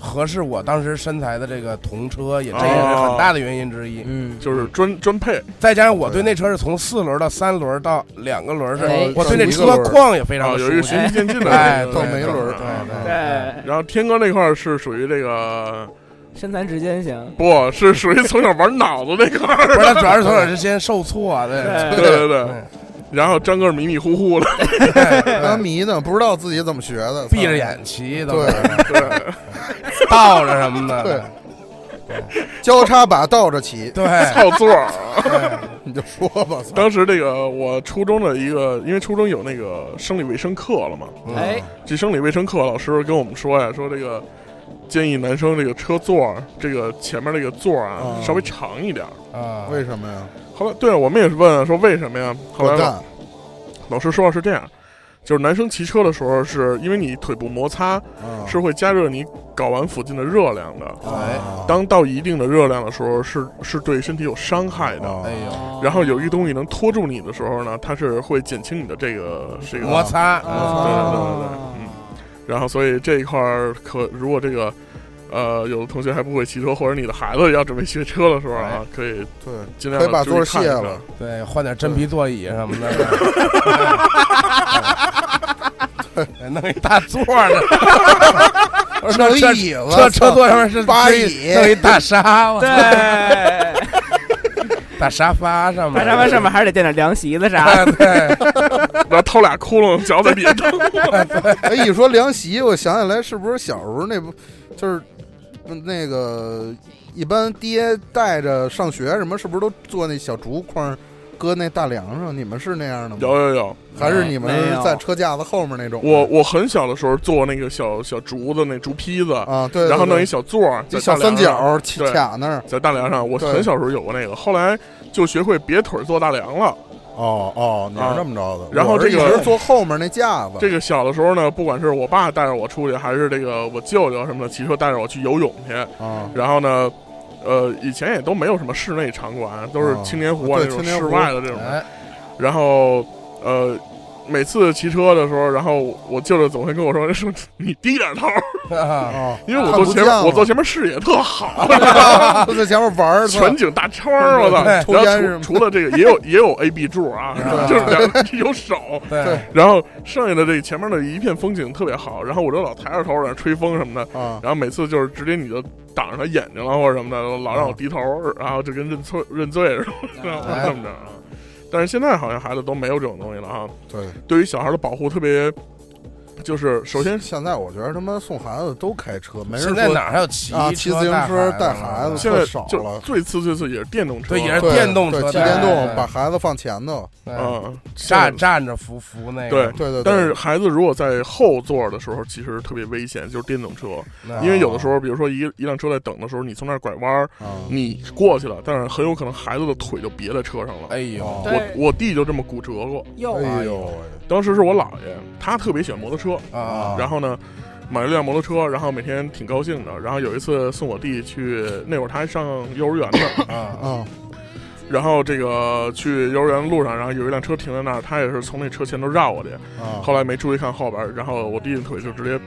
D: 合适我当时身材的这个童车，也这也是很大的原因之一。
B: 哦
E: 嗯，
A: 就是专专配。
D: 再加上我对那车是从四轮到三轮到两个轮是，
E: 哎
D: 我对那
B: 上一个
D: 车
B: 轮
D: 况也非
A: 啊，
D: 常的
A: 有一个
D: 熟悉。
A: 循序渐 进的
D: 哎
A: 这个这个
D: 对
B: 对
A: 过程
B: 对
A: 啊
D: 对
A: 啊
C: 对，
A: 然后天哥那块儿是属于这个
C: 身残志坚型，
A: 不是属于从小玩脑子那块
D: 不
A: 儿，
D: 是，他主嗯要是从小之前受挫，对，
C: 对
A: 对对对。
D: 对
A: 然后张哥迷迷糊糊的，
B: 哎当迷呢，不知道自己怎么学的，
D: 闭着眼骑都
B: 对
A: 对，
D: 倒着什么
B: 对
D: 的，
B: 交叉把倒着骑，
D: 对
A: 靠座儿。
D: 对，
B: 你就说吧，操
A: 当时这个我初中的一个，因为初中有那个生理卫生课了嘛，
D: 嗯
C: 哎，
A: 这生理卫生课老师跟我们说呀，说这个建议男生这个车座儿这个前面这个座儿啊
B: 嗯
A: 稍微长一点儿。
D: 啊，
B: 为什么呀？
A: 后来对我们也是问说为什么呀？后
B: 滚
A: 来
B: 蛋！
A: 老师说是这样，就是男生骑车的时候是因为你腿部摩擦
B: 嗯
A: 是会加热你睾丸附近的热量的，
D: 哎
B: 啊
A: 当到一定的热量的时候是是对身体有伤害的。
B: 哦
D: 哎呦，
A: 然后有一个东西能拖住你的时候呢，它是会减轻你的这个这个
D: 摩擦，
A: 哦对对对对然后所以这一块儿可如果这个呃有的同学还不会骑车，或者你的孩子要准备学车的时候啊，可以
B: 哎对，
A: 尽量
B: 可以把
A: 注意
B: 座儿
A: 看一
B: 卸
A: 看
B: 了。
D: 对，换点真皮座椅什么的， 对弄一大座 的，
B: 弄一椅子，
D: 车车座上面是
B: 八椅
D: 弄一大沙，我操
C: 对，
D: 大沙发上面，哎
C: 大沙发上面还是得垫点凉席子啥
D: 啊，
C: 的，
D: 对，
A: 那后掏俩窟窿脚在底下蹬。
B: 哎，一说凉席，我想起来是不是小时候那不就是嗯那个一般爹带着上学什么，是不是都做那小竹筐搁那大梁上？你们是那样的吗？
A: 有有有，
B: 还是你们
F: 没
B: 是
F: 有
B: 在车架子后面那种？
A: 我我很小的时候做那个小小竹子那竹坯子，
B: 啊，对，对
A: 然后弄
B: 对
A: 一小座儿，在
B: 小
A: 大梁
B: 三
A: 上
B: 角起
A: 对
B: 卡那儿。
A: 在大梁上，我
B: 对
A: 很小时候有过那个，后来就学会别腿儿坐大梁了。
B: 哦哦，你
A: 啊
B: 是这么着的。
A: 然后
B: 我是
A: 这个
B: 一直坐后面那架子。
A: 这个小的时候呢，不管是我爸带着我出去，还是这个我舅舅什么的骑车带着我去游泳去，
B: 啊，
A: 然后呢，呃，以前也都没有什么室内场馆，都是
B: 啊
A: 青年湖啊
B: 对
A: 这种
B: 青年
A: 室
B: 湖
A: 外的这种。
D: 哎，
A: 然后呃，每次骑车的时候，然后我舅舅总会跟我说：“说你低点头，
D: 啊
B: 哦，
A: 因为我
B: 看
A: 坐
B: 不
A: 前
B: 见
A: 面，我
B: 了
A: 坐前面视野特 好，
B: 都啊在前面玩儿去
A: 全景大圈儿，我操！”
B: 对
A: 然
B: 抽烟是
A: 后
B: 吗
A: 除除了这个，也有也有 A B 柱 啊，
D: 对
A: 就是两个 有手，
D: 对，
A: 然后剩下的这前面的一片风景特别好，然后我就老抬着头在那吹风什么的，
B: 啊，
A: 然后每次就是直接你就挡着他眼睛了或者什么的，老让我低头，然后就跟认错认罪似的，然后这么着 啊。但是现在好像孩子都没有这种东西了啊，
B: 对。
A: 对于小孩的保护特别，就是首先
B: 现在我觉得他妈送孩子都开车，没人
D: 现在
B: 说
D: 哪儿还有骑
B: 啊骑自行车带孩
D: 孩
B: 子
D: 子
A: 现在
B: 特少
A: 就
B: 了
A: 最次最次也是电动车，
D: 对也是
B: 对
D: 电动
B: 对
D: 车
B: 骑
D: 带
B: 电动
D: 对
B: 把孩子放前头，
D: 呢？嗯，
A: 嗯，
D: 站站着扶扶那
A: 对
D: 个，
B: 对对。对
A: 但是孩子如果在后座的时候，其实特别危险，就是电动车，
D: 对
A: 因为有的时候，比如说一一辆车在等的时候，你从那儿拐弯儿，
B: 啊
A: 你过去了，但是很有可能孩子的腿就别在车上了。
D: 哎呦，
F: 对
A: 我我弟就这么骨折过，
F: 又
B: 哎呦喂，
A: 当时是我姥爷，他特别喜欢摩托车，
D: 啊，
A: 然后呢，买了辆摩托车，然后每天挺高兴的。然后有一次送我弟去，那会儿他还上幼儿园呢，
D: 啊
B: 啊
A: 然后这个去幼儿园路上，然后有一辆车停在那儿，他也是从那车前头绕过去，
B: 啊，
A: 后来没注意看后边儿，然后我弟的腿就直接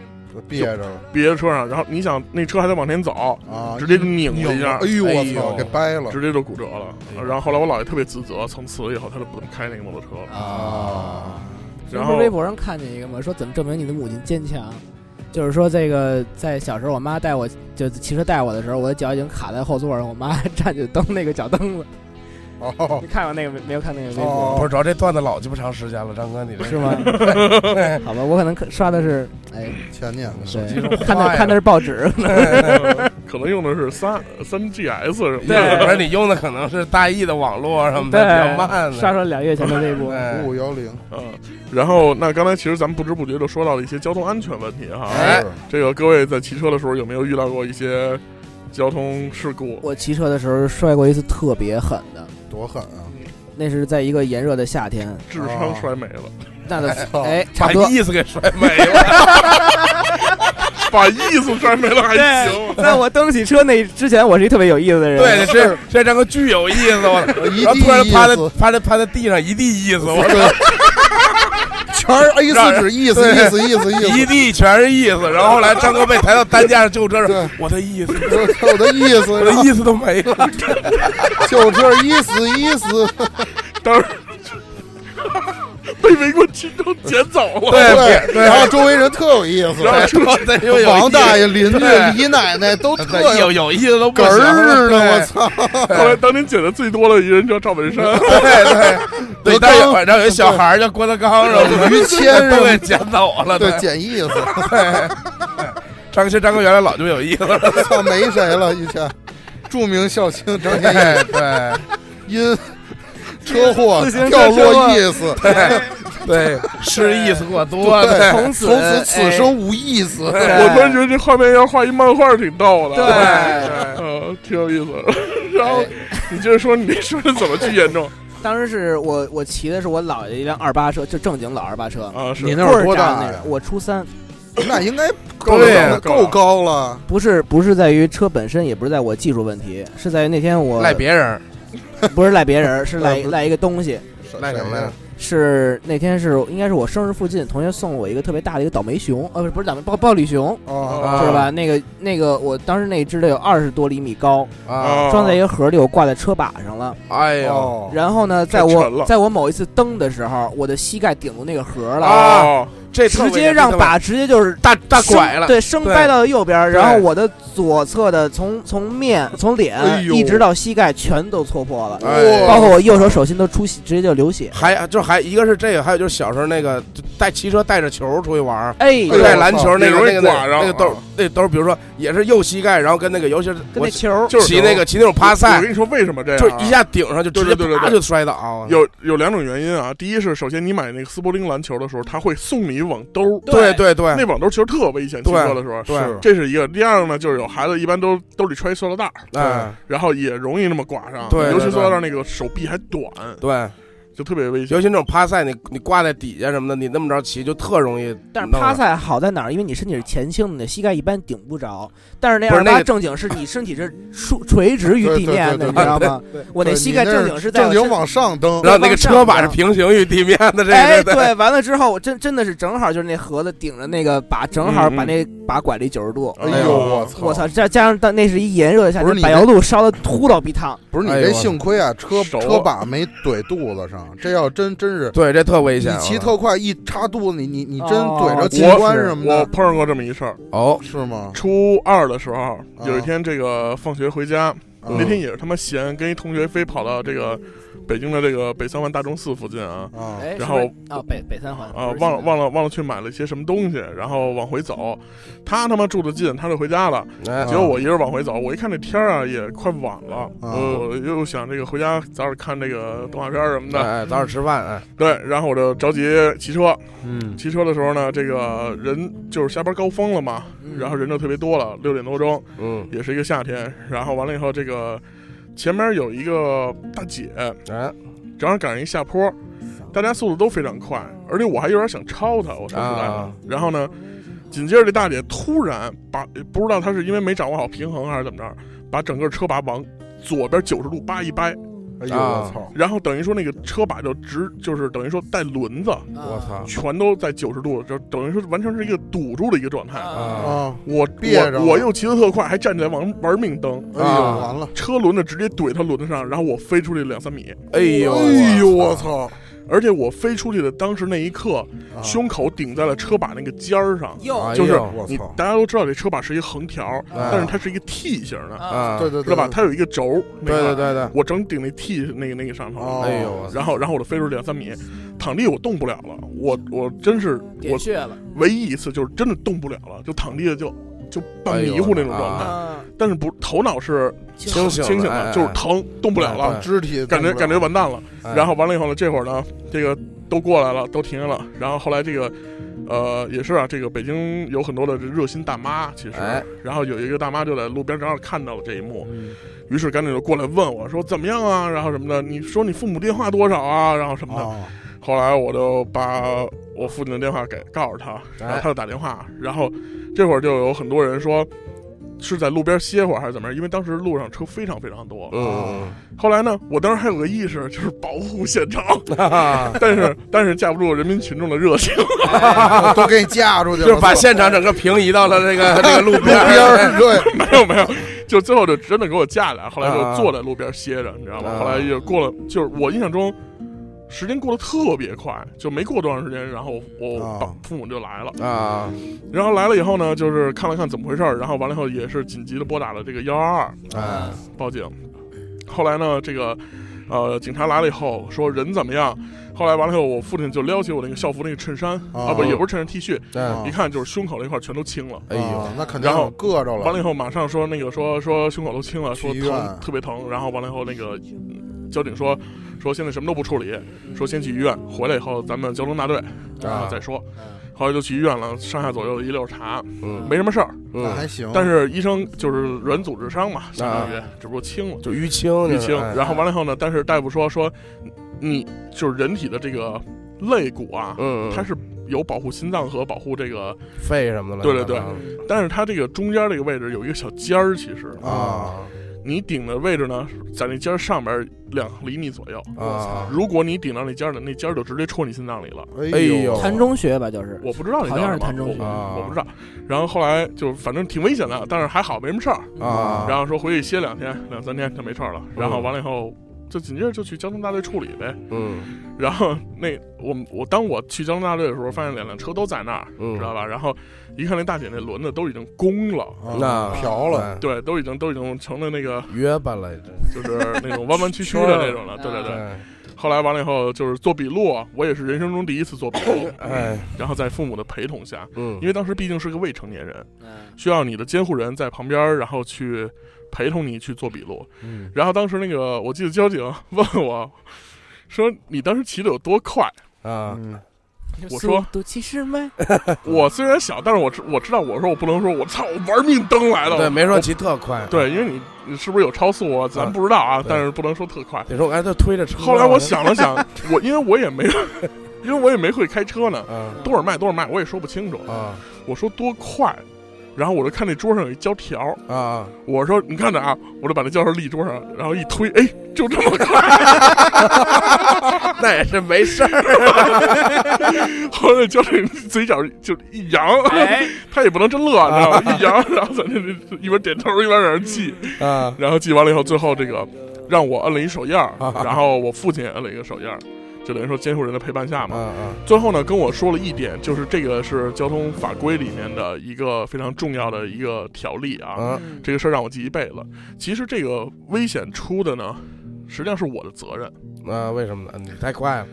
B: 憋着了
A: 别在车上，然后你想那车还得往前走，
B: 啊，
A: 直接就哦拧了一下
B: 哎。呦
D: 哎
B: 我
D: 呦
B: 操，给掰了
A: 直接就骨折了，然后后来我姥爷特别自责，从此以后他就不能开那个摩托车了。
B: 啊！
A: 然
C: 不
A: 后
C: 是微博上看见一个吗？说怎么证明你的母亲坚强？就是说这个，在小时候我妈带我就骑车带我的时候，我的脚已经卡在后座上，我妈站起蹬那个脚蹬子。
B: 哦
C: 你看过那个没没有看那个微博？
B: 哦，
D: 不是，主要这段子老鸡巴长时间了，张哥，你这
C: 是吗？好吧，我可能看刷的是，哎，
B: 前年的事
C: 对
D: 手机上，
C: 看的
D: 坏了
C: 看的是报纸，
A: 呃可能用的是三三 GS 什么
D: 对，
A: 的，
D: 不是你用的可能是大 E 的网络什么的，比较慢的，啊哎
C: 刷出来两月前的微 博。
D: 对
B: 五幺零，
A: 嗯，然后那刚才其实咱们不知不觉就说到了一些交通安全问题哈，
D: 哎
B: 是
A: 这个各位在骑车的时候有没有遇到过一些交通事故？
C: 我骑车的时候摔过一次特别狠的，
B: 多狠啊！
C: 那是在一个炎热的夏天，
A: 智商摔没了，
C: 那的
B: 操
C: 哎差
D: 把
C: 不多
D: 意思给摔没了。
A: 把意思摔没了还
D: 啊
A: 行。
F: 在我蹬起车那之前，我是一特别有意思的人。
D: 对，这这张哥巨有意思，我
B: 我一
D: 然后
B: 地
D: 突然趴在
B: 意思，
D: 趴在趴在地上一地意思，我
B: 全是 A
D: 让
B: 四纸，意思意思意思意
D: 一
B: 思，
D: 地全是意思。然后后来张哥被抬到担架上救护车
B: 对
D: 上，我的意思，
B: 我操我的意
D: 我的
B: 思，
D: 意思都没 了。
B: 就这意思意思，
A: 当时被围观群众捡走了，
D: 对
B: 然后周围人特有意思，哎
A: 然后出去
D: 对，又有
B: 王大
D: 意
B: 爷、邻居
D: 对、
B: 李奶奶都
D: 思，
B: 特
D: 对有有意思都不
B: 哏
D: 行
B: 儿呢，我
D: 了。
B: 操！
A: 后来当年捡的最多的一人叫赵本山，
D: 对对对，
B: 德
D: 当然有
B: 纲
D: 然后有一小孩儿叫郭德纲什么的，
B: 于谦
D: 都
B: 什
D: 给
B: 么
D: 捡走了。
B: 对，捡意思，
D: 张其实张哥原来老就有意思了。
B: 我 操，没谁了，以前著名笑星张天翼
D: 对哎对
B: 因车祸
F: 自行车
B: 掉
F: 车
B: 落
F: 祸
B: 意思，
D: 对 对，是意思过多。
B: 对
D: 对
F: 从此
B: 从此此
F: 哎
B: 生无意思。
A: 我突然觉得这画面要画一漫画挺逗的，
F: 对
A: 呃，挺有意思的。 然
D: 哎
A: 后你接着说，你那摔的怎么去严重
C: 当时是我我骑的是我姥爷一辆二八车，就正经老二八车，
A: 啊？是
B: 你那
C: 棍
B: 会儿
C: 儿
B: 多大
C: 扎
B: 呀
C: 那种。我初三，
B: 那应该
A: 够
D: 对
A: 了
B: 够
A: 了，
B: 高了，
C: 不是不是在于车本身，也不是在我技术问题，是在于那天我
D: 赖别人儿，
C: 不是赖别人，是
B: 啊
C: 赖
B: 不是
C: 赖一个东西。
D: 赖什么呀？
C: 是那天是应该是我生日附近，同学送我一个特别大的一个倒霉熊，呃，不是不是倒霉暴暴力熊，
B: 哦，
D: 啊
C: 知道吧？那个那个，我当时那只得有二十多厘米高，
D: 啊！
C: 装在一个盒里，我挂在车把上了。
D: 哎呦，
B: 哦
C: 然后呢，
A: 太
C: 在
A: 沉
C: 我
A: 了
C: 在我某一次蹬的时候，我的膝盖顶住那个盒了，
D: 啊
A: 哦
D: 这特
C: 直
D: 危
C: 接
D: 险
C: 让
D: 这他妈
C: 把直接就是
D: 大大
C: 生
D: 拐了，
C: 对，生
D: 对
C: 掰到右边儿，然后
D: 对
C: 我的左侧的从从面从脸、
A: 哎呦
C: 一直到膝盖全都戳破了，
D: 哎
C: 包括我右手手心都出血，直接就流血。
D: 还就是还一个是这个，还有就是小时候那个就带骑车带着球出去玩儿，
C: 哎呦，
B: 呦
D: 带篮球那
A: 也
D: 个
A: 容易
D: 那个那
A: 刮
D: 个
A: 着
D: 那个兜
A: 啊
D: 那兜，比如说也是右膝盖，然后跟那个尤其是
C: 跟
D: 我
C: 那球儿
A: 就是
D: 骑那个骑那种趴
A: 我
D: 赛，
A: 跟你说为什么这样
D: 就
A: 啊、
D: 是一下顶上就直
A: 对
D: 接
A: 对对对
D: 啪
A: 对
D: 就摔倒，
A: 有有两种原因啊。第一是，首先你买那个斯伯林篮球的时候，他会送你一网兜儿，
D: 对对对
A: 那网兜儿其实特危险，骑
D: 对
A: 车的时候。
D: 对，
A: 这是一个，第二呢，就是有孩子一般都兜里揣一塑料袋儿，
D: 哎
A: 然后也容易那么刮伤，
D: 对对
A: 尤其塑
D: 对
A: 料袋儿那个手臂还短，
D: 对，
A: 就特别危险。
D: 尤其那种趴赛，你你挂在底下什么的，你那么着骑就特容易弄了。
C: 但是趴赛好在哪儿？因为你身体是前倾的，你的膝盖一般顶不着。但是那
D: 不是
C: 二
D: 那
C: 八
D: 个
C: 正经是你身体是竖垂直于地面的，
B: 对对对对
C: 你知道吗？
D: 对，
C: 我那
B: 对
C: 膝
B: 你
C: 盖
B: 那
C: 正经是在
B: 正
C: 我
B: 经
C: 身
B: 往上蹬，
D: 然后那个车把是平行于地面的，这
C: 哎，
D: 个
C: 对，完了之后，我真真的是正好就是那盒子顶着那个把，正好
A: 嗯嗯
C: 把那把拐了九十度。
B: 哎
A: 哎
B: 呦
A: 呦
B: 我操！
C: 我操！再加上到那是一炎热的夏
B: 不是
C: 天，
B: 你
C: 柏
B: 这
C: 油路烧的秃到鼻烫。
B: 不是你
D: 哎呦
B: 这
D: 我操
B: 幸亏啊，车
A: 手
B: 车把没怼肚子上，这要真真是
D: 对，这特危
B: 你
D: 险。啊
B: 骑
D: 我
B: 特快一插肚子，你你你真怼
C: 哦
B: 着器
A: 我
B: 官
D: 是
B: 什么
A: 我
B: 的，嗯
A: 碰上过这么一事儿，
D: 哦，
B: 是吗？
A: 初二的时候，有一
B: 啊
A: 天这个放学回家，
B: 啊
A: 那天也是他妈闲，跟一同学非跑到这个北京的这个北三环大钟寺附近啊。
B: 啊，
C: 哎，
A: 然后
C: 是不是啊，北北三
B: 嗯
C: 环
A: 啊，忘了忘了忘了去买了一些什么东西，然后往回走，他他妈住的近，他就回家了。
B: 嗯
D: 哎
A: 结果我一人往回走，我一看这天儿啊也快晚了，
B: 啊
A: 我又想这个回家早点看这个动画片儿什
B: 嗯
A: 么的，
D: 哎，早点吃饭，哎，
A: 对，然后我就着急骑车，
D: 嗯，
A: 骑车的时候呢，这个人就是下班高峰了嘛，
B: 嗯
C: 嗯
A: 然
C: 啊
A: 后人就特别多了，六点多钟，
D: 嗯，
A: 也是一个夏天，然后完了以后，这个前面有一个大姐，
D: 哎，
A: 正好赶上一下坡，大家速度都非常快，而且我还有点想超她，我说实在的。
D: 啊
A: 然后呢，紧接着这大姐突然把不知道她是因为没掌握好平衡还是怎么着，把整个车把往左边九十度扒一掰，
B: 哎呦
D: 啊
B: 我操！
A: 然后等于说那个车把就直就是等于说带轮
B: 啊
A: 子，
D: 我操，
A: 全都在九十度，就等于说完全是一个堵住的一个状态。
D: 啊，
B: 啊，
A: 我
B: 憋着了
A: 我我又骑得特快，还站起来往玩命蹬，
B: 哎呦
D: 啊
B: 完了！
A: 车轮子直接怼他轮子上，然后我飞出去两三米，
D: 哎呦，
B: 哎呦我！操！
A: 而且我飞出去的当时那一刻，
B: 啊
A: 胸口顶在了车把那个尖儿上。
D: 哎呦
A: 就是
B: 我
A: 你
B: 操！
A: 大家都知道这车把是一个横条，
D: 啊
A: 但是它是一个 T 型的，
D: 啊，
B: 对
D: 对
B: 对
A: 知道吧？
B: 对
A: 它有一个轴，那
D: 对
A: 个
D: 对对，
A: 我整顶那 T 那个那个上头。
B: 哦
D: 哎呦，我操
A: 然后，然后我就飞出去两三米，躺地我动不了了。我我真是我
C: 点血了。
A: 唯一一次就是真的动不了了，就躺地下就就半迷糊那种状态。
D: 哎
C: 啊
A: 但是不头脑是
D: 清醒
A: 清醒
D: 哎哎
A: 的，就是疼，动不了
D: 哎
A: 了，
B: 肢体
A: 感觉
B: 动不了
A: 感觉完蛋了。
D: 哎
A: 然后完了以后呢，这会儿呢，这个都过来了，都停下了。然后后来这个，呃，也是啊，这个北京有很多的这热心大妈，其实，
D: 哎嗯
A: 然后有一个大妈就在路边正好看到了这一幕，于是赶紧就过来问我说怎么样啊，然后什么的，你说你父母电话多少啊，然后什么
D: 哦
A: 的。
B: 啊！
A: 后来我就把我父亲的电话给告诉他，
D: 哎
A: 然后他就打电话，然后这会儿就有很多人说。是在路边歇会儿还是怎么样？因为当时路上车非常非常多。
D: 嗯，
A: 后来呢，我当时还有个意识，就是保护现场。
D: 哈哈，
A: 但是但是架不住人民群众的热情，
B: 我都给你架出去了，
D: 就是把
B: 操
D: 现场整个平移到了这个这个路
B: 路
D: 边
B: 边
D: 儿
B: 儿，对，
A: 没有没有，就最后就真的给我架来，后来
D: 啊
A: 就坐在路边歇着，你知道吗？
D: 啊
A: 后来也过了，就是我印象中。时间过得特别快，就没过多长时间，然后我
B: 啊
A: 爸父母就来了，
D: 啊，
A: 然后来了以后呢，就是看了看怎么回事儿，然后完了以后也是紧急的拨打了这个幺二二
B: 啊
D: 哎，
A: 报警，后来呢，这个呃警察来了以后说人怎么样，后来完了以后我父亲就撩起我那个校服那个衬衫
B: 啊
A: 啊不是也不是衬衫 T 恤，
D: 哎
B: 啊
A: 一看就是胸口那块儿全都青了。
D: 哎呦，
B: 啊那肯定
A: 然后
B: 硌着了，
A: 完了以后，马上说那个说说胸口都青了，说
B: 去医
A: 疼
B: 院
A: 特别疼。然后完了以后，那个嗯交警说说现在什么都不处理，说先去医院，回来以后咱们交通大队然
D: 啊
A: 后再说。后来就去医院了，上下左右一溜查，
D: 嗯
A: 没什么事儿。
B: 那还
D: 嗯，
B: 行，
A: 但是医生就是软组织伤嘛，相当于只不过轻了，
D: 就淤青，
A: 淤
D: 就是
A: 青。
D: 哎
A: 然后完了以后呢，但是大夫说说你就是人体的这个肋骨啊，
D: 嗯，嗯
A: 它是有保护心脏和保护这个，
D: 肺什么的了，
A: 对对对嗯
D: 啊
A: 但是它这个中间这个位置有一个小尖儿，其实
B: 啊
A: 你顶的位置呢，在那尖儿上边两厘米左右。
D: 啊，
A: 如果你顶到那尖儿了，那尖儿就直接戳你心脏里了。
B: 哎
D: 哎呦
C: 痰嗯中穴吧，就是
A: 我不知道那
C: 好
A: 叫
C: 像
A: 什
C: 是
A: 么
C: 痰，中
A: 我
C: 穴
D: 啊
A: 我不知道。然后后来就反正挺危险的，但是还好没什么事儿。
D: 啊
A: 然后说回去歇两天、两三天就没事儿了。然后完了以后，就紧接着就去交通大队处理呗。
D: 嗯
A: 然后那我们我当我去交通大队的时候，发现两辆车都在那儿，
D: 嗯
A: 知道吧？然后一看那大姐那轮子都已经弓了，
D: 啊那嗯
B: 瓢啊了，
A: 对，都已经都已经成了那个
D: 约吧来着，
A: 就是那种弯弯曲曲的那种了，对对对。
D: 哎
A: 后来完了以后就是做笔录，啊我也是人生中第一次做笔录，
D: 哎
A: 然后在父母的陪同下，
D: 嗯，
A: 因为当时毕竟是个未成年人，
E: 嗯，
A: 需要你的监护人在旁边儿，然后去陪同你去做笔录。
B: 嗯，
A: 然后当时那个我记得交警问我说：“你当时骑的有多快
D: 啊
A: 嗯我说
E: 都七十迈，？”
A: 我虽然小，但是我知我知道，我说我不能说我操，我玩命蹬来的。
D: 对，没说
A: 我
D: 骑特快，啊
A: 对，因为你你是不是有超速啊？咱不知道啊，
D: 对
A: 但是不能说特快。
D: 得说哎，他推着车，
A: 后来我 想了想，我因为我也没 因为我也没会开车呢，
D: 啊
A: 多少迈多少迈我也说不清楚。
D: 啊
A: 我说多快，然后我就看那桌上有一胶条。
D: 啊啊，
A: 我说你看着啊，我就把那教授立桌上，然后一推，哎，就这么快。
D: 那也是没事儿，
A: 后来教授嘴角就一扬，
C: 哎，
A: 他也不能真乐，你知道 吗？一扬，然后在那里一边点头一边在那记，
D: 啊
A: 然后记完了以后，最后这个让我摁了一手印儿，
D: 啊
A: 然后我父亲也摁了一个手印儿，就等于说监护人的陪伴下
D: 啊
A: 嘛。
D: 啊，
A: 最后呢，跟我说了一点，就是这个是交通法规里面的一个非常重要的一个条例啊。
D: 嗯
A: 这个事儿让我记一辈子。其实这个危险出的呢，实际上是我的责任，
D: 啊，为什么呢？你太快了，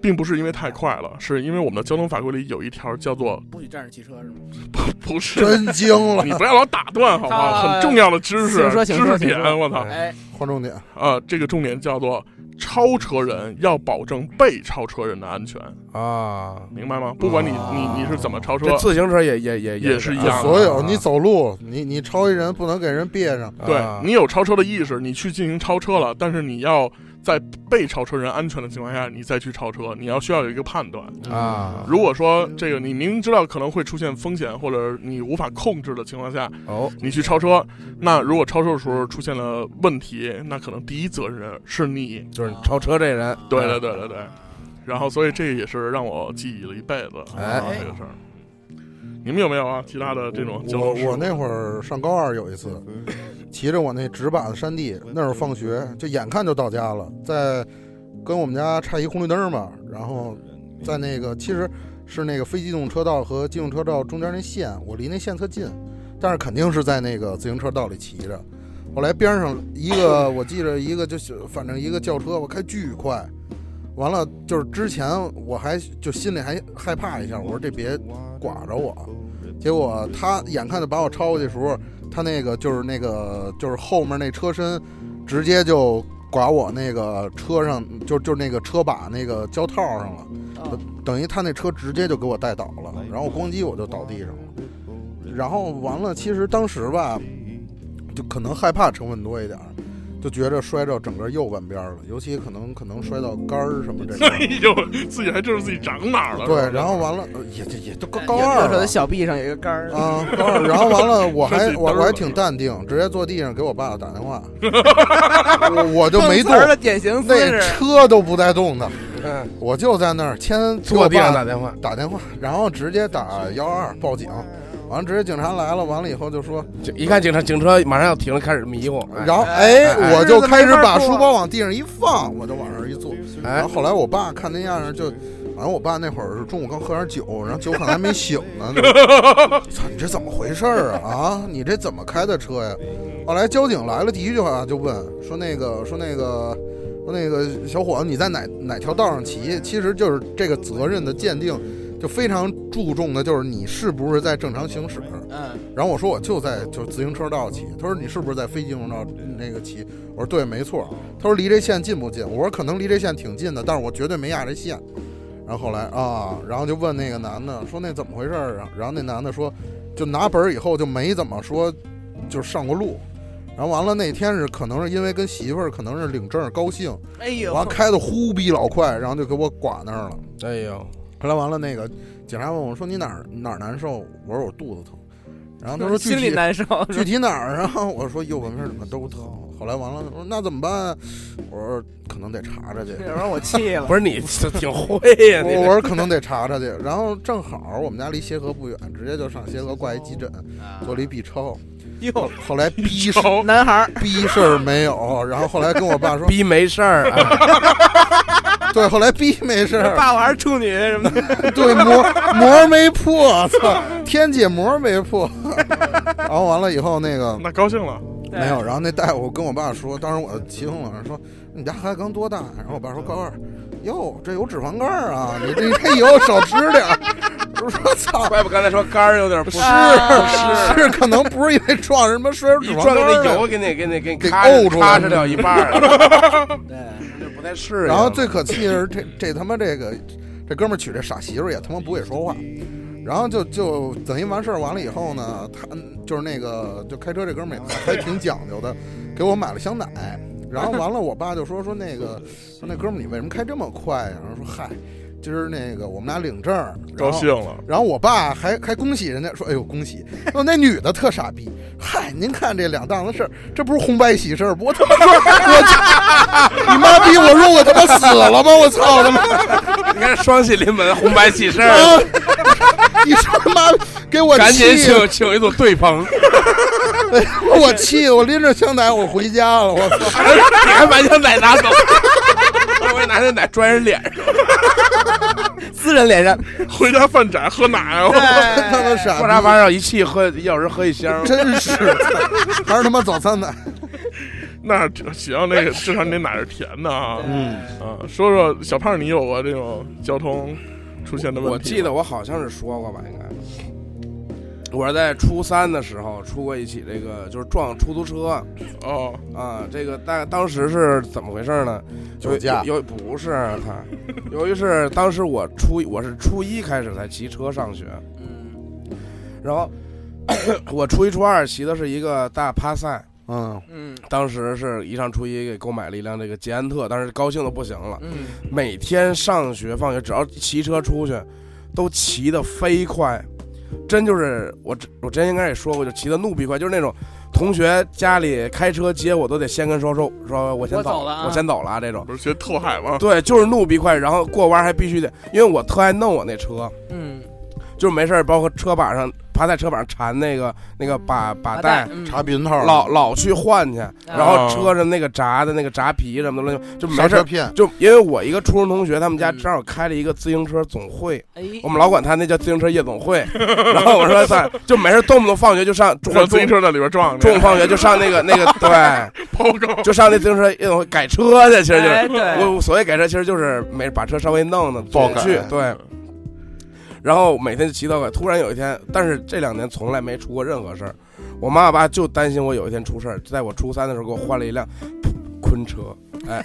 A: 并不是因为太快了，是因为我们的交通法规里有一条叫做
E: 不许站着骑车是吗？
A: 不是。
B: 真惊 了
A: 你，不要老打断好吗？
C: 啊
A: 很重要的知识
C: 请，说
A: 知
C: 请说
A: 识点
C: 请，说
A: 我操
D: 哎
C: 哎，
B: 划重点，
A: 啊！这个重点叫做超车人要保证被超车人的安全，
D: 啊，
A: 明白吗？不管你
B: 啊
A: 你你是怎么超车
D: 这，自行车也也也
A: 也是一样的嗯
B: 所有你走路，你你超一人不能给人别上，
D: 啊
A: 对你有超车的意识，你去进行超车了，但是你要在被超车人安全的情况下，你再去超车，你要需要有一个判断。
D: 啊
A: 如果说这个你明明知道可能会出现风险，或者你无法控制的情况下，
D: 哦
A: 你去超车，那如果超车的时候出现了问题，那可能第一责任人是你。
D: 就是你超车这人，啊
A: 对对对对对。然后，所以这也是让我记忆了一辈子
D: 哎
A: 啊这个事儿。你们有没有啊？其他的这种交
B: 我
A: 通事故
B: 我那会儿上高二有一次，骑着我那直把的山地，那会儿放学就眼看就到家了，在跟我们家差一红绿灯嘛，然后在那个其实是那个非机动车道和机动车道中间那线，我离那线特近，但是肯定是在那个自行车道里骑着。后来边上一个，我记着一个就是反正一个轿车，我开巨快，完了就是之前我还就心里还害怕一下，我说这别刮着我，结果他眼看着把我超过去的时候，他那个就是那个就是后面那车身，直接就刮我那个车上，就就那个车把那个胶套上了，
C: 哦
B: 等于他那车直接就给我带倒了，然后我咣叽我就倒地上了，然后完了，其实当时吧，就可能害怕成分多一点儿。就觉着摔着整个右半边儿了，尤其可能可能摔到杆儿什么这
A: 哎
B: 种。
A: 呦，自己还知道自己长哪儿了。是
B: 对
A: 吧，
B: 然后完了呃也也也都高高
C: 哎右
B: 二
C: 手
B: 了
C: 的，小臂上有一个杆儿，
B: 啊， 高二然后完了，我
A: 自
B: 还
A: 己嘚
B: 我
A: 儿
B: 我还
A: 了
B: 挺淡定，直接坐地上给我爸打电话，我我就没
C: 碰
B: 动
C: 瓷，儿的典型姿
B: 那
C: 势，
B: 车都不带动的，
D: 嗯，
B: 我就在那儿先给
D: 坐
B: 我
D: 地上
B: 爸
D: 打电话，
B: 打电话，然后直接打幺二二报警，完了直接警察来了，完了以后就说，
D: 就一看警车，警车马上要停了，开始迷糊，哎
B: 然后
C: 哎
B: 哎，
C: 哎
B: 我就开始把
C: 日子没法过啊嗯
B: 书包往地上一放，我就往上一坐，然
D: 哎
B: 后后来我爸看那样儿就，反正我爸那会儿是中午刚喝点酒，然后酒可能还没醒呢。 就操，你这怎么回事儿啊？啊，你这怎么开的车呀？后来交警来了，第一句话就问说那个说那个说那个小伙子你在哪哪条道上骑？其实就是这个责任的鉴定。就非常注重的就是你是不是在正常行驶，
C: 嗯，
B: 然后我说我就在就自行车道骑，他说你是不是在非机动车道那个骑？我说对，没错。他说离这线近不近？我说可能离这线挺近的，但是我绝对没压这线。然后后来啊，然后就问那个男的说那怎么回事儿啊？然后那男的说就拿本儿以后就没怎么说就上过路。然后完了那天是可能是因为跟媳妇儿可能是领证儿高兴，
C: 哎呦，
B: 完了开的忽逼老快，然后就给我剐那儿了。
D: 哎呦，
B: 后来完了那个警察问我说你哪儿哪儿难受？我说我肚子疼。然后他说具
C: 心
B: 体
C: 里难受，
B: 具体哪儿啊？我说右半边怎么都疼。后来完了，我说那怎么办啊？我说可能得查查去。
C: 要不 然我气了
D: 不。是你这挺会呀，
B: 我
D: 你
B: 我
D: 这
B: 说可能得查查去。然后正好我们家离协和不远，直接就上协和挂一急诊，做了一 B 超。
C: 哟，
B: 后来逼事
A: 哦
C: 男孩儿
B: 逼事儿没有，然后后来跟 我爸说，
D: 逼没事儿，哎
B: 对，后来逼没事 儿，
C: 爸，我还是处女什么的，
B: 对膜膜没破，操，天界膜没破。 然后完了以后那个
A: 那高兴了，
B: 没有，然后那大夫跟我爸说，当时我骑风老师说你家孩子刚多大？然后我爸说高二。哟，这有脂肪肝儿啊！你这这以后少吃点儿。我说操，
G: 怪不刚才说肝儿有点不
B: 是
G: 适，
C: 啊
B: 是，可能不是因为撞什么摔着脂
G: 一
B: 肪
G: 撞
B: 肝
G: 给
B: 儿啊
G: 那
B: 了
G: 油给那给那给
B: 给
G: 咔嚓
B: 沤出来
G: 咔嚓掉一半儿了，
C: 对，
G: 这不太适应。
B: 然后最可气的是这这他妈这个这哥们儿娶这傻媳妇儿也他妈不会说话，然后就就等于完事儿完了以后呢，他就是那个就开车这哥们儿也还挺讲究的，给我买了箱奶，然后完了我爸就说说那个说那哥们儿你为什么开这么快呀、然后说嗨，今儿那个我们俩领证儿，然
A: 高
B: 后
A: 兴了，
B: 然后我爸还还恭喜人家说：“哎呦，恭喜！”说那女的特傻逼，嗨，您看这两档子事儿，这不是红白喜事儿，我他妈说，我你妈逼！我说我他妈死了吗？我 操他妈！
G: 你看双喜临门，红白喜事儿，
B: 啊你他妈给我
G: 赶紧
B: 气！
G: 请请一组对棚，
B: 我气！我拎着香奶我回家了，我操！
G: 你还把人奶拿走， 我以拿那奶拽人脸上，
C: 私人脸上，
A: 回家饭宅喝奶，我
B: 他妈傻
G: 说啥
B: 逼！
G: 玩意儿一气喝，一小时喝一箱。
B: 真是，还是他妈早餐奶。
A: 那这行，那个至少你那奶是甜的啊。
B: 嗯，
A: 啊，说说小胖，你有过这种交通出现的问题吗？
D: 我记得我好像是说过吧，应该。我是在初三的时候出过一起这个，就是撞出租车
A: 哦，
D: 啊，这个大当时是怎么回事呢？
B: 嗯酒驾
D: 由由不是他， 由于是当时我初我是初一开始才骑车上学，
C: 嗯，
D: 然后 我初一初二骑的是一个大趴赛，
B: 嗯，
C: 嗯
D: 当时是一上初一给购买了一辆这个捷安特，当时高兴的不行了，
C: 嗯，
D: 每天上学放学只要骑车出去，都骑得飞快，真就是我之我之前应该也说过，就骑得怒必快，就是那种同学家里开车接我都得先跟说说说我先
C: 我走
D: 走
C: 了啊
D: 我先走了啊这种。
A: 不是学透海吗？
D: 对，就是怒必快，然后过弯还必须得，因为我特爱弄我那车，
C: 嗯，
D: 就是没事儿，包括车把上趴在车把上缠那个那个把把带，
C: 嗯
B: 查避孕套，
D: 老老去换去，然
A: 啊
D: 后车上那个炸的那个炸皮什么的，就没
B: 刹
D: 事
B: 车
D: 儿。
B: 片，
D: 就因为我一个初中同学，他们家
C: 嗯
D: 正好开了一个自行车总会，
C: 哎，
D: 我们老管他那叫自行车夜总会。 然后我说算，就没事儿动不动放学就上，
A: 让
D: 中
A: 自行车
D: 中
A: 在里边撞
D: 中午
A: 着，
D: 放学就上那个那个对，
A: 抛高，
D: 就上那自行车夜总会改车去，其实就是
C: 哎对，
D: 我所谓改车，其实就是没把车稍微弄弄
B: 爆改
D: 去对。然后每天就骑到改，突然有一天，但是这两年从来没出过任何事儿。我妈我爸就担心我有一天出事儿，在我初三的时候给我换了一辆 昆车，哎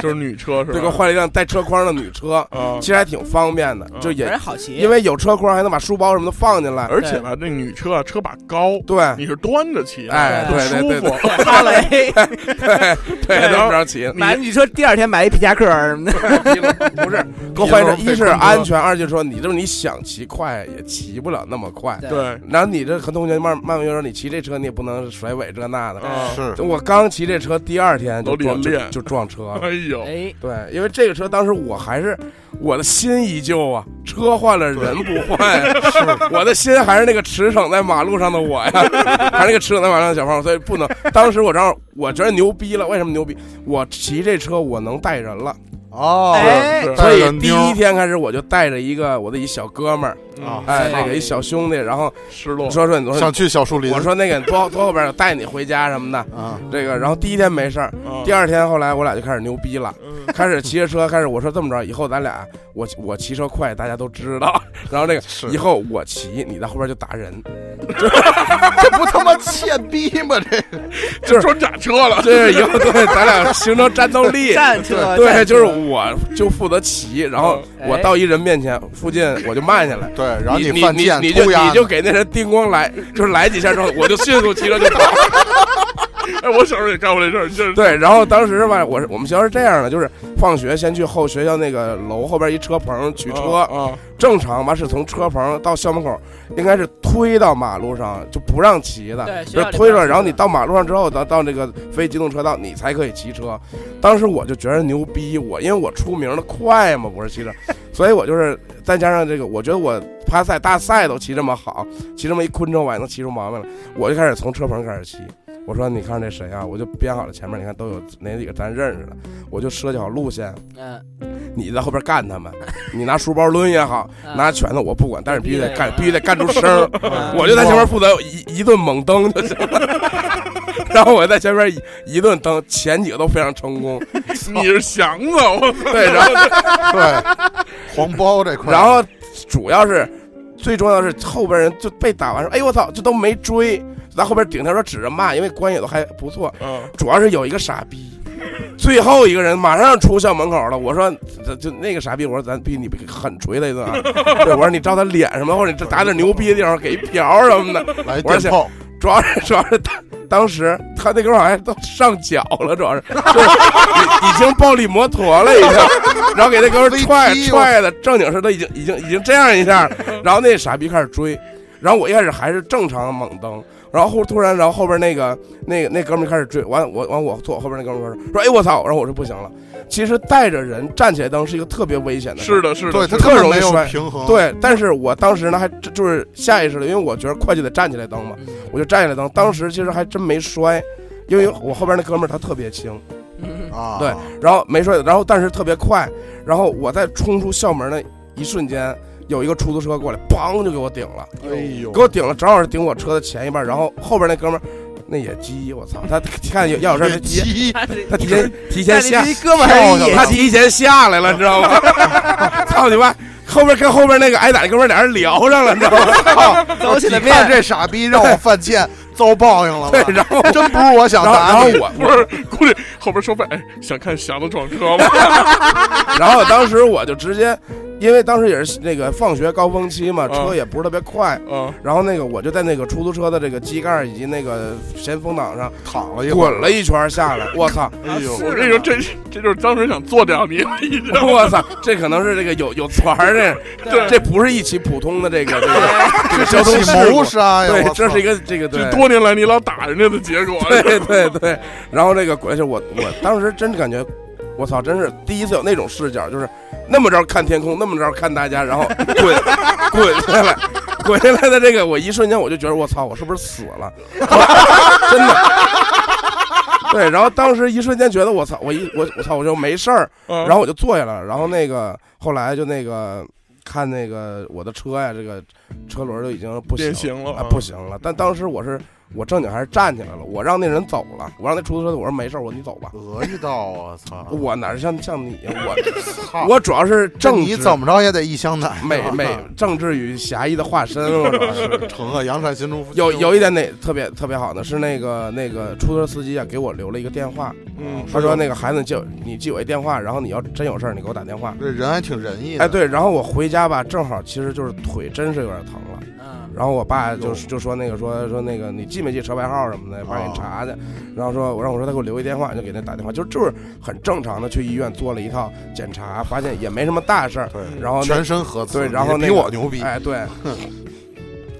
A: 就是女车是
D: 就给
A: 吧？
D: 我换了一辆带车筐的女车，
A: 啊
D: 其，实还挺方便的，就
C: 反
D: 也
C: 正好骑，
D: 因为有车筐还能把书包什么的放进来。
A: 而且吧，那女车啊，车把高，
D: 对，
A: 你是端着骑的，
D: 哎，
A: 不
D: 对对
A: 舒
D: 对对
A: 服。
C: 哈雷，
D: 对，
A: 然
D: 都
A: 后
D: 不着急，
C: 买女车第二天买一皮夹克什么的，
D: 不是给我换一辆，
B: 一会儿
D: 一是
B: 被坑
D: 安全，二就是说你就是你想骑快也骑不了那么快。
A: 对，
D: 然后你这和同学慢慢慢悠悠，你骑这车你也不能甩尾这那的。
A: 啊，
B: 是
D: 我刚骑这车第二天就
A: 都
D: 撞
A: 得
D: 就
A: 练
D: 就撞车了。
A: 哎呦，
C: 哎，
D: 对，因为这个车当时我还是我的心依旧啊，车换了人不换呀，我的心还是那个驰骋在马路上的 我呀，还是那个驰骋在马路上的小胖，所以不能。当时我正好我觉得牛逼了，为什么牛逼？我骑这车我能带人了，
B: 哦，
C: 哎
A: 是
B: 带
D: 所
B: 着
D: 以第
B: 妞
D: 一天开始我就带着一个我的一小哥们儿，
A: 啊，
D: 哎，
C: 哎
D: 那个一小兄弟，然后
A: 失落，
D: 说说你多少
B: 想去哦小树林
D: 我说那个你坐坐后边儿带你回家什么的，
B: 啊，
D: 这个然后第一天没事儿，
B: 嗯
A: 啊
D: 第二天后来我俩就开始牛逼了，
A: 嗯
D: 开始骑着车，开始我说这么着，以后咱俩我我骑车快，大家都知道， 然后那个
B: 是
D: 以后我骑，你在后边就打 人，
B: 这不他妈欠逼吗？这
D: 就是
A: 装甲车了，
D: 这是以后对咱俩形成战斗 力。
C: 战哎车，
D: 对，
C: 战车
D: 就是我就负责骑，然后我到一人面前附近我就慢下来，
B: 对，嗯然后
D: 你
B: 犯
D: 你
B: 贱
D: 你就
B: 偷鸭
D: 你
B: 子
D: 就给那人叮咣来，就是来几下之后，我就迅速骑车就 跑。
A: 哎，我小时候也干过这事儿，就是
D: 对，然后当时吧，我是我们学校是这样的，就是放学先去后学校那个楼后边一车棚取
B: 哦
D: 车，
A: 啊，
D: 正常吧是从车棚到校门口，应该是推到马路上就不让骑的，
C: 对学
D: 就
C: 校
D: 是
C: 里
D: 推出来，
C: 边
D: 然后你到马路上之后，到到那个非机动车道你才可以骑车。当时我就觉得牛逼，我因为我出名的快嘛，不是骑车，所以我就是再加上这个，我觉得我趴赛、大赛都骑这么好，骑这么一昆车，我还能骑出毛病来。我就开始从车棚开始骑，我说你看这谁啊？我就编好了前面，你看都有哪几个咱认识的，我就设计好路线，
E: 嗯，
D: 你在后边干他们，你拿书包抡也好，
E: 嗯
D: 拿拳头我不管，但是必须得干，
E: 嗯
D: 必须得干出声儿。
E: 嗯
D: 我就在前面负责一一顿猛蹬就行了。 然后我在前面一一顿蹬，前几个都非常成功。
A: 你是祥子，我
D: 对，然后
B: 对， 黄包这块儿，
D: 然后主要是最重要的是后边人就被打完说，哎呦我操，这都没追，在后边顶他说指着骂，因为关系都还不错。
A: 嗯，
D: 主要是有一个傻逼，最后一个人马上要出校门口了。我说，这就那个傻逼，我说咱逼你狠锤他一顿啊！对，我说你照他脸什么，或者你这打点牛逼的地方给一瓢什么的。
B: 来
D: 我
B: 电
D: 是
B: 炮，
D: 主要是主要是当当时他那哥们儿好像都上脚了，主要是就是已已经暴力摩托了已经，然后给那哥们儿踹
B: VT
D: 踹的，正经是他已经已经已经这样一下了，然后那傻逼开始追，然后我一开始还是正常猛蹬，然后后突然然后后边那个那个那哥们儿开始追，完我完我坐我后边那哥们儿说说哎我操，然后我说不行了，其实带着人站起来蹬是一个特别危险的事儿，
A: 是的，是的，
B: 对他
D: 特
B: 根本
D: 容易
B: 没有
D: 摔
B: 平衡，，
D: 对，但是我当时呢还就就是下意识的，因为我觉得快就得站起来蹬嘛，我就站起来蹬。
B: 嗯
D: 当时其实还真没摔，因为我后边那哥们儿他特别轻，
E: 嗯
B: 啊，
D: 对然后没摔，然后但是特别快，然后我在冲出校门的一瞬间，有一个出租车过来，梆就给我顶了，
B: 哎呦，
D: 给我顶了，正好是顶我车的前一半，然后后边那哥们儿那野鸡，我操，他看见要有事儿他提前
B: 鸡，
D: 他提 前提前下
C: 但是一哥们
D: 跳
C: 儿
D: 下来了
C: 还是野
D: 他
C: 鸡
D: 提前下来了，知道吗？ 操你妈！后边跟后边那个挨打的哥们儿俩人聊上了，你知道吗？ 操
C: 走起来
B: 你看
C: 变，
B: 这傻逼让我 犯贱，遭报应了吧
D: 对，？然后
B: 真不是我想
D: 然后然
B: 打
D: 后
B: 你，
D: 我
A: 不是 估计后边说白，哎想看祥子撞车 吗？
D: 然后当时我就直接，因为当时也是那个放学高峰期嘛，
A: 嗯
D: 车也不是特别快，
A: 啊，
D: 然后那个我就在那个出租车的这个机盖以及那个前风挡上
B: 躺了一会儿，
D: 滚了一圈下来，我操，
C: 啊
B: 哎呦，
A: 我跟你说，这这就是当时想做掉你， 你知道吗？
D: 我操，这可能是这个有有团儿这，
A: 对
D: 这不是一起普通的这个这个这个交通
B: 起
D: 事故
B: 谋，杀呀！
D: 对
B: 哎我，操
D: 这是一个这个对
A: 这。多年来你老打人家的结 果，
D: 对对对，然后这个滚下去，我我当时真感觉，我操，真是第一次有那种视角，就是那么着看天空，那么着看大家，然后滚 滚下来，滚下来的这个，我一瞬间我就觉得我操，我是不是死了？ 真的。对，然后当时一瞬间觉得我操，我一我我操，我就没事儿，
A: 嗯，
D: 然后我就坐下来了。然后那个后来就那个看那个我的车呀，这个车轮儿都已经不行
A: 变
D: 了
A: 形了
D: 啊，不行了。但当时我是我正经还是站起来了，我让那人走了，我让那出租车，我说没事儿，我说你走吧。
B: 讹一道，我操！
D: 我哪像像你，我
B: 操
D: 我主要是
B: 这
D: 正
B: 你
D: 直，
B: 怎么着也得一箱奶，啊
D: 美美政治与侠义的化 身，我主要是。
B: 惩恶扬善，心中
D: 有有一点哪特别特别好的是那个那个出租车司机啊，给我留了一个电话，
A: 嗯，
D: 他说那个孩子借我你记我一电话，然后你要真有事儿你给我打电话。
B: 这人还挺仁义的。
D: 哎，对，然后我回家吧，正好其实就是腿真是有点疼了。
E: 嗯
D: 然后我爸就就说那个说说那个你记没记车牌号什么的，爸给你查去。然后说我让我说他给我留一电话，就给他打电话，就就是很正常的去医院做了一套检查，发现也没什么大事儿。
B: 对，
D: 然后那
B: 全身核磁，
D: 对然后
B: 你
D: 那
B: 比
D: 个
B: 我牛逼，
D: 哎，对。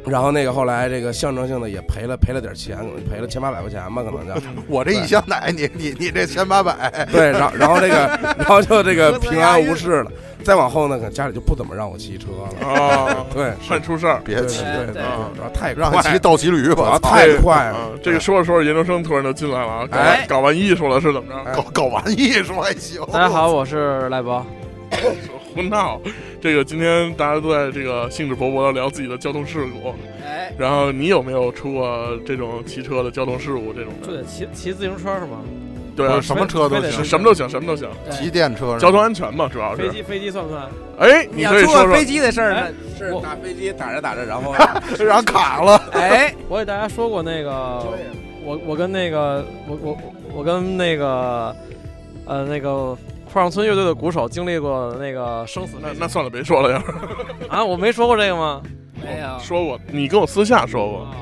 D: 然后那个后来这个象征性的也赔了赔了点钱，赔了千八百块钱吧，可能就
B: 我这一箱奶，你你你这千八百，
D: 对，然后然后这个然后就这个平安无事了。再往后呢，可能家里就不怎么让我骑车了。
A: 啊，
D: 对，
A: 怕你出事儿，
B: 别
D: 对
B: 骑，
D: 对对对，
A: 啊
D: 主要太
B: 让
D: 快
B: 他骑
D: 了
B: 倒骑驴
D: 主要
B: 吧，操
D: 太快了
A: 啊，。这个说着说着，研究生突然就进来了啊，
D: 哎
A: 搞搞完艺术了是怎么着？
D: 哎
B: 搞搞玩艺术还行。
C: 大家好，我是赖博。
A: 胡闹！这个今天大家都在这个兴致勃勃的聊自己的交通事故，
C: 哎，
A: 然后你有没有出过这种骑车的交通事故这种的？
H: 对，骑骑自行车是吗？
A: 对啊
B: 我，什么车都
H: 非
B: 行
H: 得，
A: 什么都行，什么都行，
B: 骑电车
A: 交通安全嘛，主要
H: 飞
A: 是。
H: 机飞机算不算？
A: 哎，你
C: 要
A: 可以
C: 出
A: 说
C: 过
A: 说
C: 飞机的事儿呢？
D: 是
H: 我
D: 打飞机打着打着，然后
B: 然后卡了，
C: 哎，
H: 我给大家说过那个，我我跟那个我我我跟那个呃那个坡上村乐队的鼓手经历过那个生死
A: 那
H: 飞机
A: 那算了，别说了，要是
H: 啊，我没说过这个吗？
C: 没有，
A: 说我，你跟我私下说过，
H: 啊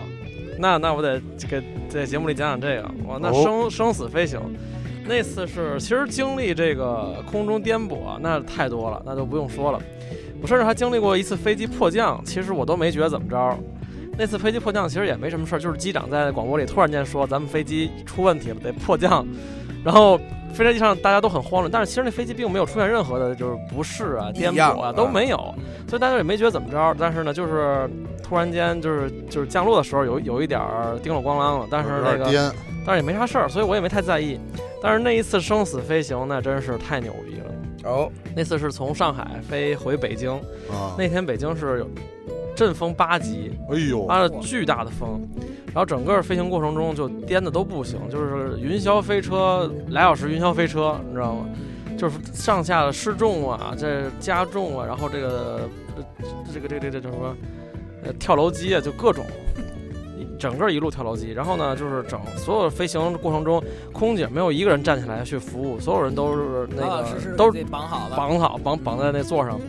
H: 那那我得给在节目里讲讲这个，哇，那
B: 哦
H: 生、生死飞行，那次是其实经历这个空中颠簸那太多了，那就不用说了。我甚至还经历过一次飞机迫降，其实我都没觉得怎么着。那次飞机迫降其实也没什么事儿，就是机长在广播里突然间说咱们飞机出问题了，得迫降。然后飞在地上大家都很慌乱，但是其实那飞机并没有出现任何的就是不适啊、颠
D: 异样
H: 簸啊
D: 啊
H: 都没有，所以大家也没觉得怎么着。但是呢，就是突然间就是就是降落的时候有有一点儿叮了咣啷了，但是那
B: 有
H: 个
B: 点颠
H: 但是也没啥事儿，所以我也没太在意。但是那一次生死飞行那真是太牛逼了。
D: 哦，
H: 那次是从上海飞回北京，
B: 啊，
H: 那天北京是有阵风八级，
B: 哎呦，
C: 啊
H: 发了巨大的风，然后整个飞行过程中就颠的都不行，就是云霄飞车俩小时云霄飞车，你知道吗？就是上下的失重啊，这加重啊，然后这个呃这个这个这个这个叫什么？呃，跳楼机啊，就各种。整个一路跳楼机，然后呢，就是整所有飞行过程中，空姐没有一个人站起来去服务，所有人都是那个、
E: 啊是是
H: 都是
E: 给绑好了，
H: 绑好，绑绑在那座上。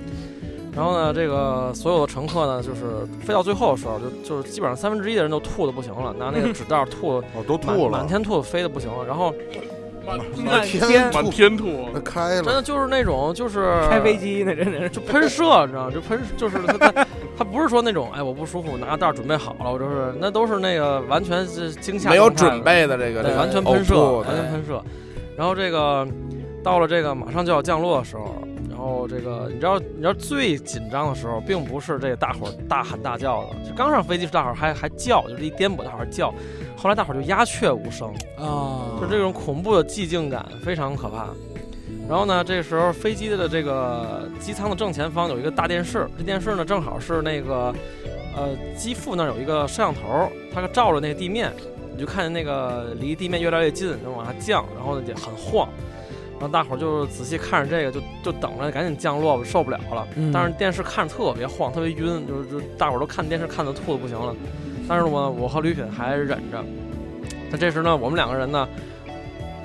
H: 然后呢，这个所有的乘客呢，就是飞到最后的时候，就就是基本上三分之一的人都吐的不行了，拿那个纸袋 吐，
B: 哦，都
H: 满
B: 吐
H: 满
B: 了，
H: 天吐，飞的不行了。然后
A: 满
B: 天
A: 满
B: 吐，
A: 天吐，啊
B: 那开
H: 真
B: 了，
H: 的就是那种就是
C: 开飞机呢，真的是
H: 就喷射，你知道吗？就喷就是他他他不是说那种哎我不舒服，拿袋儿准备好了，我就是那都是那个完全是惊吓
G: 没有
H: 状态的
G: 准备的这个，这
H: 对，
G: 个
H: 完全喷射，
G: 呕吐
H: 完全喷射。然后这个到了这个马上就要降落的时候，然后这个你知道你知道最紧张的时候，并不是这个大伙儿大喊大叫的，就刚上飞机时大伙儿还还叫，就是一颠簸大伙儿叫，后来大伙儿就鸦雀无声，
C: 哦
E: 啊，
H: 就这种恐怖的寂静感非常可怕。然后呢，这时候飞机的这个机舱的正前方有一个大电视，这电视呢正好是那个呃机腹那儿有一个摄像头，它照着那个地面，你就看见那个离地面越来越近，然后往下降，然后呢也很晃。然后大伙儿就仔细看着这个，就就等着赶紧降落吧，受不了了。
E: 嗯
H: 但是电视看着特别晃，特别晕，就是就是大伙儿都看电视看的吐的不行了。但是我我和吕品还忍着。那这时呢，我们两个人呢，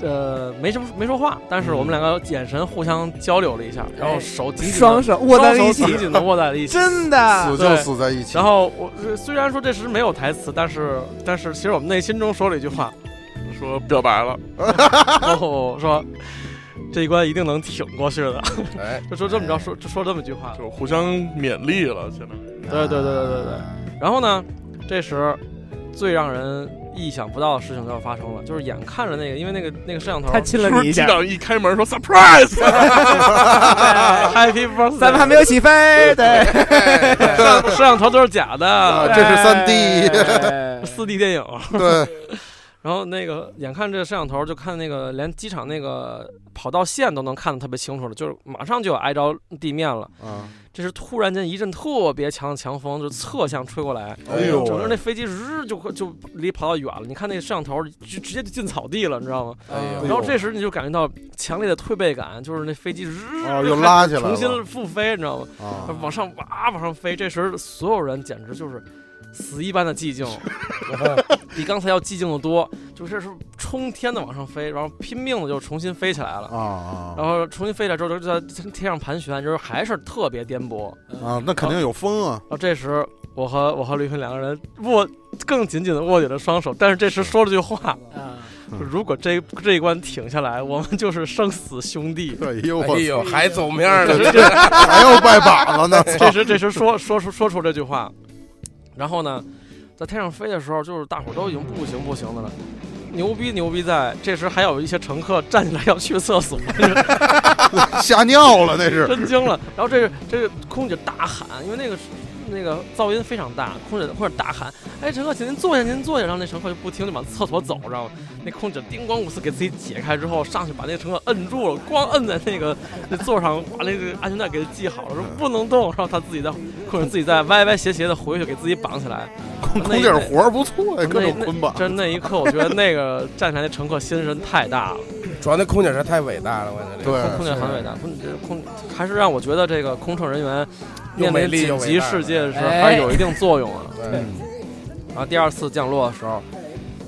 H: 呃，没什么没说话，但是
C: 嗯
H: 我们两个眼神互相交流了一下，然后手紧紧地
C: 哎双手握在了一
H: 双手
C: 起
H: 紧，紧的握在了一起。
C: 真的
B: 死就
H: 对
B: 死在一起
H: 然，后我呃虽然说这时没有台词，但是但是其实我们内心中说了一句话，
A: 说表白了，
H: 然后说这一关一定能挺过去的，
D: 哎，
H: 就说这么着说就说这么一句话。
A: 就互相勉励了，现在
H: 对对对对对
D: 哎
H: 对。然后呢，这时最让人意想不到的事情就要发生了，就是眼看着那个，因为那个那个摄像头
C: 他亲了
A: 是不
C: 你
A: 是
C: 一
A: 机
C: 下，
A: 长一开门说 surprise，
H: ，Happy Birthday，
C: 哎咱们还没有起飞，对，
H: 摄摄像头都是假
B: 啊
H: 的，
B: 这
C: 哎
B: 是 3D
H: 四 D 电影。
B: 对，
H: 然后那个眼看这个摄像头就看那个连机场那个跑道线都能看得特别清楚了，就是马上就要挨着地面了。
B: 啊，
H: 这时突然间一阵特别强的强风就侧向吹过来，
B: 哎呦
H: 整个那飞机日就快就离跑道远了。你看那个摄像头就直接就进草地了，你知道吗？
B: 哎
H: 然
B: 呦
H: 后这时你就感觉到强烈的推背感，就是那飞机日
B: 哦，又拉起来了，
H: 重新复飞，你知道吗？
B: 啊，
H: 往上哇往上飞，这时候所有人简直就是死一般的寂静，比刚才要寂静的多。就这时候冲天的往上飞，然后拼命的就重新飞起来了。
B: 啊啊
H: 然后重新飞起来之后，就在天上盘旋，就是还是特别颠簸。
B: 啊，那肯定有风啊，
H: 然后这时我和我和吕飞两个人握更紧紧的握紧了双手，但是这时说了句话：如果这这一关挺下来，我们就是生死兄弟。
B: 哎呦
G: 哎
B: 我，
G: 呦，还走面儿呢，
B: 还要拜把 子呢，
H: 这时这时说说出说出这句话，然后呢，在天上飞的时候，就是大伙儿都已经不行不行的了。牛逼牛逼在，这时还有一些乘客站起来要去厕所，
B: 吓尿了那是，
H: 真惊了。然后这是这是空姐大喊，因为那个那个噪音非常大，空姐空姐大喊：“哎，乘客，请您坐下，您坐下。”然后那乘客就不听，就往厕所走，知道吗？那空姐叮咣五四给自己解开之后，上去把那个乘客摁住了，光摁在那个那座上，把那个安全带给他系好了，说不能动，然后他自己再空姐自己再歪歪斜斜的回去，给自己绑起来。
B: 空空姐活儿不错呀，各种
H: 那
B: 捆绑，
H: 真那一刻，我觉得那个站起来那乘客心神太大了，
D: 主要那空姐是太伟大了，我感觉这个
B: 对，
H: 空姐很伟大，空姐空还是让我觉得这个空乘人员
D: 又
H: 面
D: 美
H: 临
D: 丽又
H: 紧
D: 伟
H: 急
D: 大
H: 世界的时候
E: 哎
H: 还是有一定作用啊。
D: 对
H: 然后第二次降落的时候，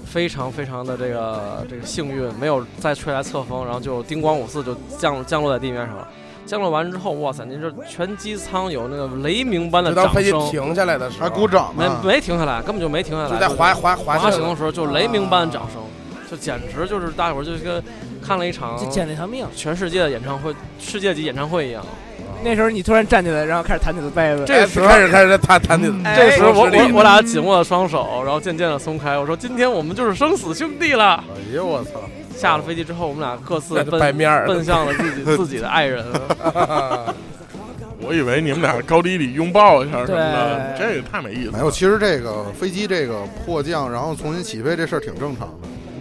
H: 非常非常的这个这个幸运，没有再吹来侧风，然后就叮咣五四就降降落在地面上了。降落完之后，哇塞，您这全机舱有那个雷鸣般的
D: 就当
H: 掌
D: 飞机
H: 声，
D: 停下来的时候，
B: 还鼓，掌
H: 没
B: 呢，
H: 没停下来，根本就没停下来，
D: 就在滑滑滑行啊
H: 滑行的时候就雷鸣般的掌声，就简直就是大伙儿就是跟看了一场
E: 就捡了一条命。
H: 全世界的演唱会，世界级演唱会一样。啊
C: 那时候你突然站起来，然后开始弹起了被子，
H: 这时候
D: 开始开始弹弹的，
C: 哎
H: 这时候我
D: 手指里
H: 我我俩紧握了双手，然后渐渐的松开。我说：“今天我们就是生死兄弟了。
B: 哎呦我操，”
H: 下了飞机之后，我们俩各自
D: 那就
H: 奔
D: 掰面儿
H: 奔向了自己自己的爱人。
A: 我以为你们俩高低里拥抱一下什么的，
H: 对
A: 这个太没意思了。
B: 没有，其实这个飞机这个迫降，然后重新起飞这事儿挺正常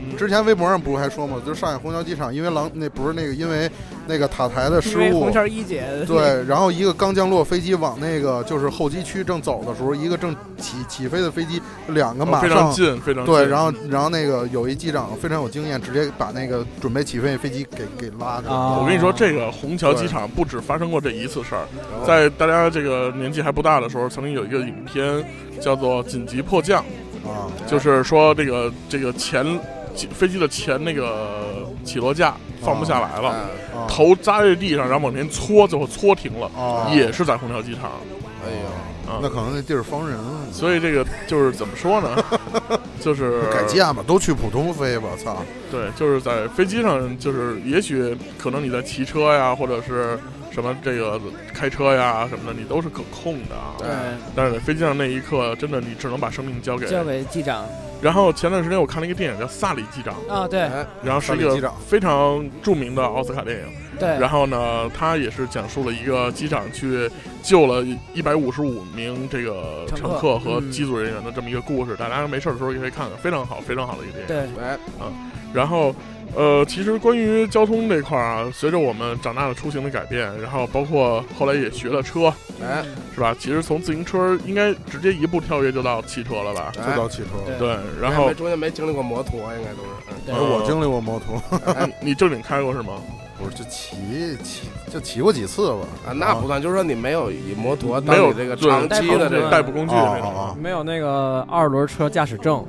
A: 嗯
B: 的。之前微博上不是还说吗？就是上海虹桥机场，因为狼那不是那个，因为那个塔台的失
C: 因为
B: 误
C: 红，桥一姐
B: 对，然后一个刚降落飞机往那个就是候机区正走的时候，一个正起起飞的飞机，两个
A: 哦
B: 马
A: 非
B: 上、
A: 常近非常
B: 对，
A: 近
B: 然后然后那个有一机长非常有经验，直接把那个准备起飞的飞机给给拉着。
A: 我跟你
C: 哦
A: 说，这个虹桥机场不止发生过这一次事儿，在大家这个年纪还不大的时候，曾经有一个影片叫做《紧急迫降》，
B: 啊，
A: 就是说这个这个前起飞机的前那个起落架放不下来
B: 哦
A: 了，
B: 啊
A: 头扎在地上，然后往前搓，最后搓停了，
B: 哦
A: 也是在虹桥机场。
B: 哎
A: 呀，
B: 那可能那地儿方人了。
A: 所以这个就是怎么说 呢？就是
B: 改嫁吧，都去普通飞吧，操！
A: 对，就是在飞机上，就是也许可能你在骑车呀，或者是什么这个开车呀什么的，你都是可控的啊。
E: 对
C: 嗯
A: 但是在飞机上那一刻，真的你只能把生命交给
E: 交给机长。
A: 然后前段时间我看了一个电影叫《萨里机长》
E: 啊对哎
A: 然后是一
E: 萨里
A: 个
E: 机长
A: 非常著名的奥斯卡电影。
D: 哎
E: 对
A: 然后呢，他也是讲述了一个机长去救了一百五十五名这个
E: 乘
A: 乘
E: 客
A: 客和
E: 嗯
A: 机组人员的这么一个故事，大家没事儿的时候也可以看看，非常好，非常好的一个电影。
E: 对，
A: 嗯，然后，呃，其实关于交通这块儿啊，随着我们长大的出行的改变，然后包括后来也学了车，
D: 哎，
A: 是吧？其实从自行车应该直接一步跳跃就到汽车了吧？
D: 哎就到汽车了
A: 对，然
D: 没
A: 后
D: 没中间没经历过摩托，应该都是。
A: 对我经
B: 历过摩托
D: 哎
A: 你正经开过是吗？
B: 不是，就骑骑就骑过几次吧。
D: 啊，那不算，就是说你没有以摩托
A: 没
D: 当
A: 有
D: 你这个
A: 对
D: 长期的这个哦
A: 代步工具那种
B: 啊
H: 没有那个二轮车驾驶证，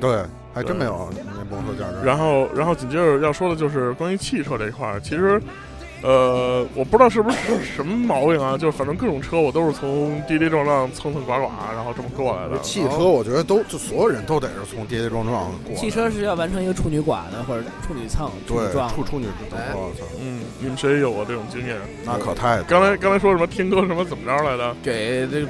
B: 对，还真没有那摩托驾驶。
A: 然后，然后紧接着要说的就是关于汽车这一块儿，其实，呃，我不知道是不是是什么毛病啊，就是反正各种车我都是从跌跌撞撞、蹭蹭刮刮，然后这么过来的。
B: 汽车，我觉得都就所有人都得是从跌跌撞撞过来。
E: 汽车是要完成一个处女剐的，或者处女蹭、处女
B: 对，
E: 撞。
B: 处处女之
E: 哎
B: 我操！
A: 嗯，你们谁有过这种经验？
B: 那可太多了
A: 刚才刚才说什么天哥什么怎么着来的？
D: 给这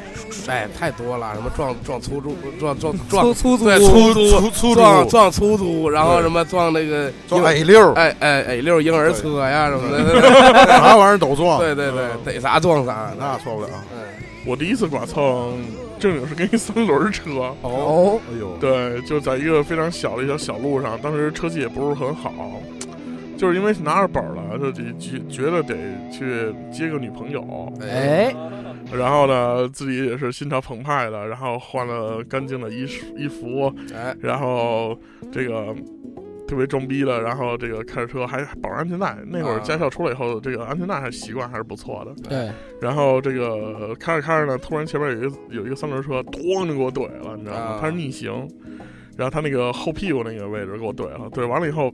D: 哎太多了，什么撞撞出租撞撞
A: 粗
D: 撞
A: 粗租
D: 对
A: 粗
D: 出
A: 粗粗租
D: 撞撞出租，然后
A: 对
D: 什么撞那个
B: 撞
D: 婴
B: A 六
D: 哎哎 A 六婴儿车呀什么的，
B: 啥玩意儿都撞
D: 对对对，逮啥撞啥，
B: 那错不了。
A: 我第一次剐蹭正经是跟一三轮车
D: 哦，
B: 哎呦，
A: 对，就在一个非常小的一条小路上，当时车技也不是很好，就是因为拿着本儿了，就得觉觉得得去接个女朋友，
E: 哎，
A: 然后呢，自己也是心潮澎湃的，然后换了干净的衣饰衣服，
D: 哎
A: 然后这个。特别装逼的，然后这个开着车还还绑着安全带。那会儿
D: 啊
A: 驾校出来以后，这个安全带还习惯还是不错的。
E: 对，
A: 然后这个开着开着呢，突然前面有一个有一个三轮车，咣就给我怼了，你知道吗
D: 啊？
A: 他是逆行，然后他那个后屁股那个位置给我怼了，怼完了以后，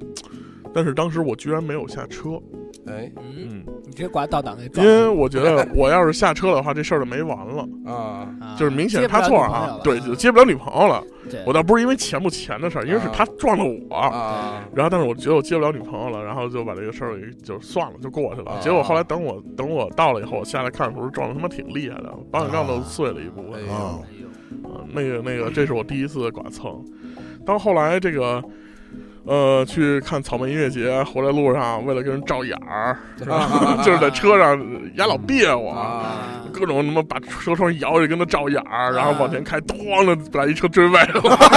A: 但是当时我居然没有下车，
D: 哎，
A: 嗯，
E: 你直接刮倒档给
A: 因
E: 撞了。
A: 为我觉得我要是下车的话，这事儿就没完了。
D: 啊，
A: 就是明显是他错啊，对，就接不了女朋友了
C: 嗯
E: 对。
A: 我倒不是因为钱不钱的事儿，因为是他撞了我。
D: 啊
A: 然后，但是我觉得我接不了女朋友了，然后就把这个事儿给就算了，就过去了。结果后来等我等我到了以后，我下来看的时候撞的他妈挺厉害的，保险杠都碎了一部分。
B: 啊，
A: 啊那个那个，这是我第一次剐蹭。到后来这个。呃，去看草莓音乐节，回来路上为了跟人照眼儿，是
D: 啊
A: 吧就是在车上丫老别我，各种他妈把车窗摇着跟他照眼儿，然后往前开，咣的把一车追尾 了。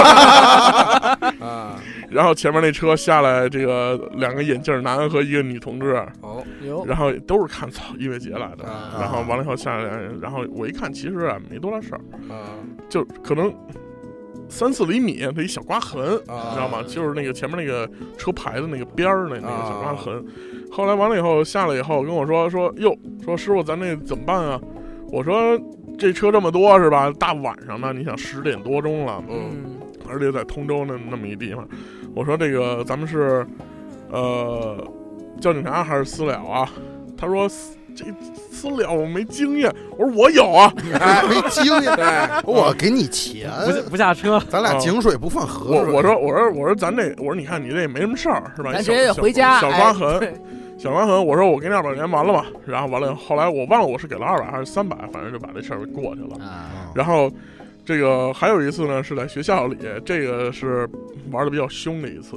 D: 啊，
A: 然后前面那车下来，这个两个眼镜男和一个女同志，
D: 哦，
E: 哟
A: 然后都是看草音乐节来的，
D: 啊
A: 然后完了以后下来，然后我一看，其实啊没多大事儿，
D: 啊
A: 就可能三四厘米的一小刮痕，
D: 啊
A: 你知道吗？就是那个前面那个车牌的那个边儿那那个小刮痕。后来完了以后下来以后跟我说说哟，说师傅咱那怎么办啊？我说这车这么多是吧？大晚上呢，你想十点多钟了，
D: 嗯，
A: 而且在通州那那么一地方，我说这个咱们是呃叫警察还是私了啊？他说私这私了我没经验，我说我有啊，
B: 哎没经验我给你钱，
H: 不下车，
B: 咱俩井水不犯河
A: 我
B: 水。
A: 我说我说我说咱这我说你看你这也没什么事儿是吧？
E: 咱
A: 小
E: 直接
A: 小
E: 回家
A: 小
E: 哎
A: 刮痕
E: 对，
A: 小刮痕。我说我给你二百元完了吧，然后完了后来我忘了我是给了二百还是三百，反正就把这事儿给过去了。然后这个还有一次呢是在学校里，这个是玩的比较凶的一次。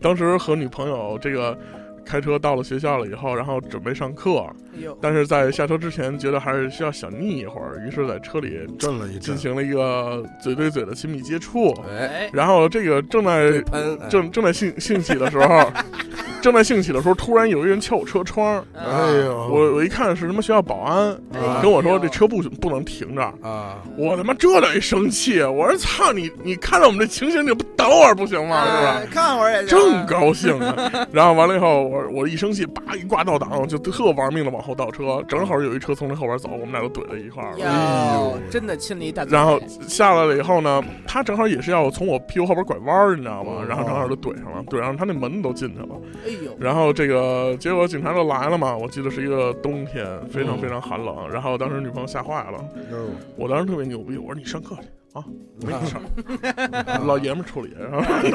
A: 当时和女朋友这个开车到了学校了以后，然后准备上课，
C: 呦
A: 但是在下车之前觉得还是需要小腻一会儿，于是在车里
B: 震了一
A: 进行了一个嘴对嘴的亲密接触。
D: 哎，
A: 然后这个正在
D: 喷哎
A: 正正在兴兴起的时候， 正在兴起的时候，突然有一人敲我车窗，
C: 啊
B: 哎呦，
A: 我我一看是他妈学校保安，
B: 啊
A: 跟我说这车不许不能停着。
D: 啊，
A: 我他妈这得生气！我说操你！你看到我们这情形，你不等会儿不行吗？是
B: 哎
A: 吧？
C: 哎看会儿也行
A: 正高兴呢。然后完了以后，我我一生气，叭一挂倒档，就特玩命的往后倒车，正好有一车从这后边走，我们俩就怼在一块儿了。哎
C: 哟，哎真的亲了一大嘴。
A: 然后下来了以后呢，他正好也是要从我屁股后边拐弯儿，你知道
B: 哦
A: 吗？然后正好就怼上了，怼上他那门都进去了。
C: 哎呦，
A: 然后这个结果警察就来了嘛，我记得是一个冬天，非常非常寒冷。然后当时女朋友吓坏了，我当时特别牛逼，我说你上课去啊，没你事儿，老爷们儿处理。然后
G: 对，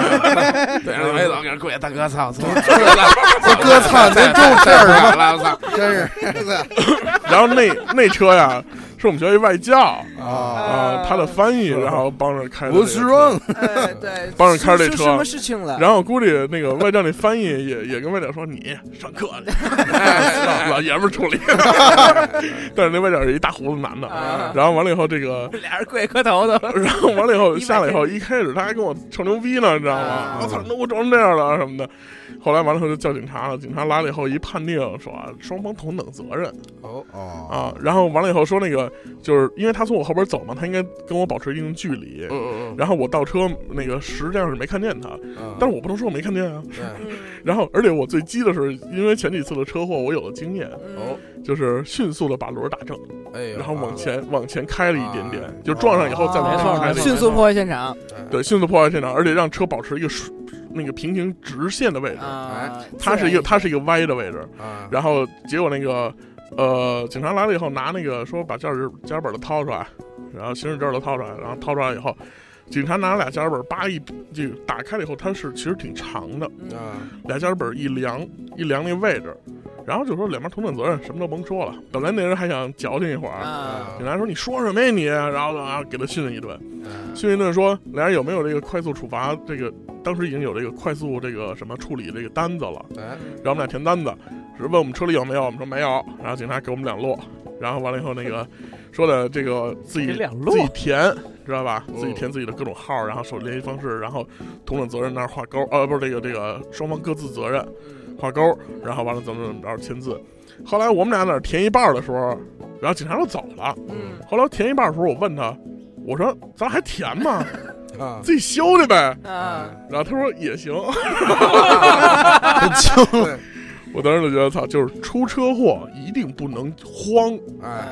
D: 哎
G: 让老老给人跪，大哥操，操，
B: 哥操，您
G: 太
B: 就这
G: 太
B: 儿
G: 惨
B: 吧，
G: 了，我操！
B: 真是
A: 然后那那车呀，是我们学校一外教
B: 啊！
A: 啊，他的翻译，然后帮着开的这个车。
C: 哎对，
A: 呃帮着开这车
C: 出出什么事情了？
A: 然后我估计那个外教那翻译也也跟外教说你上课去，哎老老爷们儿处理。 但是那外教是一大胡子男的，
C: 啊
A: 然后完了以后这个。
H: 哎
C: 俩人跪磕头的，
A: 然后完了以后
C: 一百
A: 下来以后，一开始他还跟我臭牛逼呢，你知道吗
C: 啊？
A: 我操，那我装成这样了什么的。后来完了以后就叫警察了，警察来了以后一判定说啊双方同等责任
B: 哦哦
A: 啊。然后完了以后说那个就是因为他从我后边走嘛，他应该跟我保持一定距离。
G: 嗯嗯
A: 然后我倒车那个实际上是没看见他，
D: 嗯
A: 但是我不能说我没看见啊。
C: 嗯
A: 然后，而且我最鸡的是，因为前几次的车祸，我有了经验，哦
C: 嗯
A: 就是迅速的把轮儿打正，
D: 哎呦，
A: 然后往前往前开了一点
D: 啊
A: 点，就撞上以后再
C: 哦
A: 往前开了一点点，
C: 迅速破坏现场
D: 哎
A: 对，迅速破坏现场，而且让车保持一个顺那个平行直线的位置，
C: 啊！
A: 它哎是一个它是一个歪的位置，
D: 啊，
A: 然后结果那个呃，警察来了以后，拿那个说把驾驶驾驶本儿都掏出来，然后行驶证儿都掏出来，然后掏出来以后，警察拿俩驾驶本儿叭一就打开了以后，它是其实挺长的，
C: 嗯
D: 啊，
A: 俩驾驶本儿一量一量那位置，然后就说两边同等责任，什么都甭说了。本来那人还想矫情一会儿，
C: 啊
A: 警察说你说什么呀你，然后啊给他训了一顿，训一顿说俩人有没有这个快速处罚这个，当时已经有这个快速这个什么处理这个单子了，
D: 哎，
A: 然后我们俩填单子，是问我们车里有没有，我们说没有，然后警察给我们两摞，然后完了以后那个说的这个自己
H: 给两摞
A: 自己填，知道吧？自己填自己的各种号，然后手机联系方式，然后同等责任那儿画勾，呃，不是这个这个双方各自责任画勾，然后完了怎么怎么着签字。后来我们俩在那儿填一半儿的时候，然后警察就走了。
C: 嗯
A: 后来填一半儿的时候，我问他，我说咱还填吗？
D: 啊，
A: 自己修去呗。
C: 啊
A: 然后他说也行。
B: 很 轻了，
A: 我当时就觉得，操，就是出车祸一定不能慌，
D: 哎，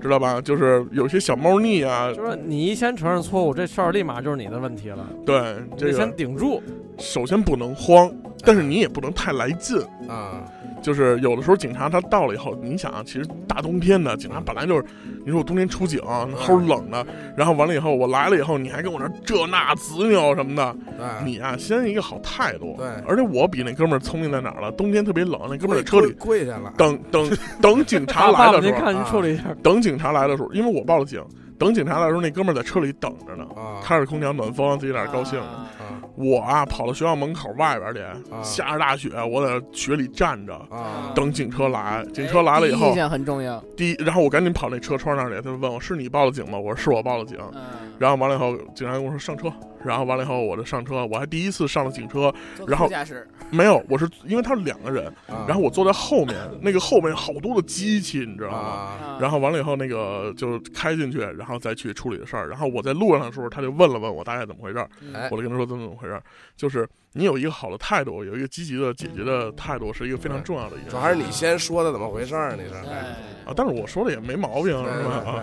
A: 知道吧？就是有些小猫腻啊，
H: 就是说你一先承认错误，这事儿立马就是你的问题了，
A: 对这
H: 你
A: 个
H: 先顶住。
A: 首先不能慌，但是你也不能太来劲。
D: 啊，
A: 就是有的时候警察他到了以后，你想啊，其实大冬天的警察本来就是，你说我冬天出警
H: 嗯
A: 齁冷的，然后完了以后我来了以后，你还跟我这儿这那子牛什么的，
H: 嗯
D: 哎，
A: 你啊先一个好态度。
D: 对
A: 而且我比那哥们儿聪明在哪儿了？冬天特别冷，那哥
H: 哎
A: 们儿在车
D: 跪
A: 里
D: 跪下了，
A: 等等等警 察来
H: 爸爸
A: 的时
H: 您
A: 候，
H: 看您处理一下，
A: 等警察来的时候，因为我报了警，等警察来的时候，那哥们儿在车里等着呢，
D: 啊，
A: 开着空调暖风，自己在那儿高兴。
C: 啊
D: 啊
A: 我啊，跑到学校门口外边去，下着大雪，我在雪里站着。
D: 啊，
A: 等警车来，警车来了以
C: 哎第一
A: 后啊
C: 印，象很重要。
A: 第一，然后我赶紧跑那车窗那里，他就问我是你报的警吗？我说是我报的警。
C: 嗯，
A: 然后完了以后，警察跟我说上车，然后完了以后我就上车，我还第一次上了警车，
C: 做
A: 然后
C: 副驾驶
A: 没有，我是因为他是两个人，
D: 然
A: 然后我坐在后面，那个后面好多的机器，你知道吗？
D: 啊，
A: 然后完了以后，那个就开进去，然后再去处理的事儿。然后我在路上的时候，他就问了问我大概怎么回事儿，
C: 嗯
D: 哎
A: 我就跟他说怎么怎么回事儿。就是你有一个好的态度，有一个积极的解决的态度，是一个非常重要的一件
D: 主
A: 事
D: 要
A: 啊。
D: 还是你先说的怎么回事儿，你是，
C: 哎
A: 但是我说的也没毛病，是吧？啊，
D: 对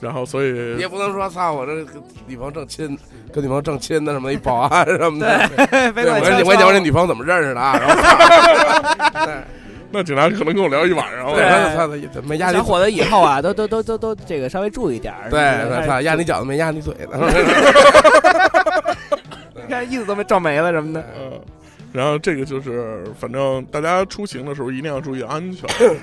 A: 然后所
D: 对，
A: 以
D: 你也不能说操，我这女朋友正亲，跟女朋友正亲的什么的一保安什么的，
C: 对，非
D: 对，我
C: 常
D: 跟你我跟你讲我这女朋友怎么认识的啊，然后
A: 那警察可能跟我聊一晚上
D: 对，
A: 了。
D: 他他他没压你
C: 小，伙子以后啊，都都都都都这个稍微注意点儿。
D: 对，他他压你脚都没压你嘴呢，
C: 你看意思都被照没了什么的。
A: 嗯，然后这个就是，反正大家出行的时候一定要注意安全。啊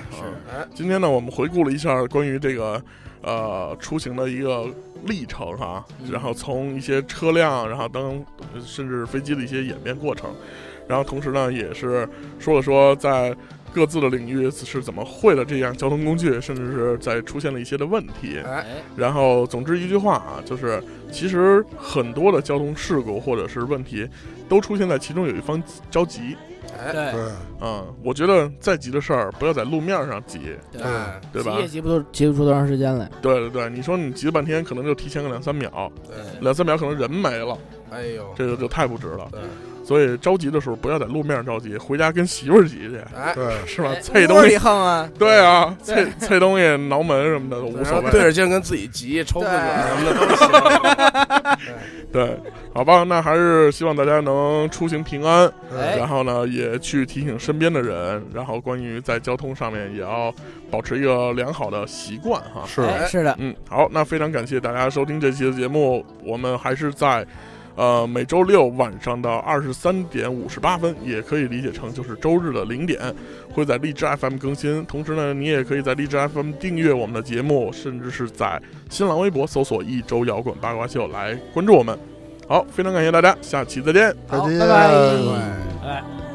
A: 今天呢，我们回顾了一下关于这个呃出行的一个历程哈，然后从一些车辆，然后当甚至飞机的一些演变过程。然后同时呢，也是说了说在各自的领域是怎么会了这样交通工具，甚至是在出现了一些的问题。然后，总之一句话啊，就是其实很多的交通事故或者是问题，都出现在其中有一方着急。哎
E: 对对
A: 嗯，我觉得再急的事儿不要在路面上急，
E: 对
A: 对吧？
E: 急也急不出急不出多长时间 来。
A: 对对对，你说你急了半天，可能就提前个两三秒，两三秒可能人没了，
D: 哎呦，
A: 这个就太不值了。
D: 对，
A: 所以着急的时候不要在路面上着急，回家跟媳妇儿急去，
D: 哎
B: 对
A: 是吧
C: 哎？
A: 啐东
C: 屋
A: 西
C: 里横啊，
A: 对啊，
C: 对
A: 啐啐东西、挠门什么的都无
D: 然
A: 所
D: 后
A: 谓。
D: 对着镜跟自己急，抽自个儿什么的都行。
A: 对，好吧，那还是希望大家能出行平安，
B: 哎
A: 然后呢，也去提醒身边的人，然后关于在交通上面也要保持一个良好的习惯哈。
B: 是
E: 哎是的，
A: 嗯，好，那非常感谢大家收听这期的节目，我们还是在。呃，每周六晚上的二十三点五十八分，也可以理解成就是周日的零点，会在荔枝 FM 更新。同时呢，你也可以在荔枝 FM 订阅我们的节目，甚至是在新浪微博搜索“一周摇滚八卦秀”来关注我们。好，非常感谢大家，下期再见。
B: 再
E: 好
B: 见
E: 拜拜
B: 拜拜
H: 哎。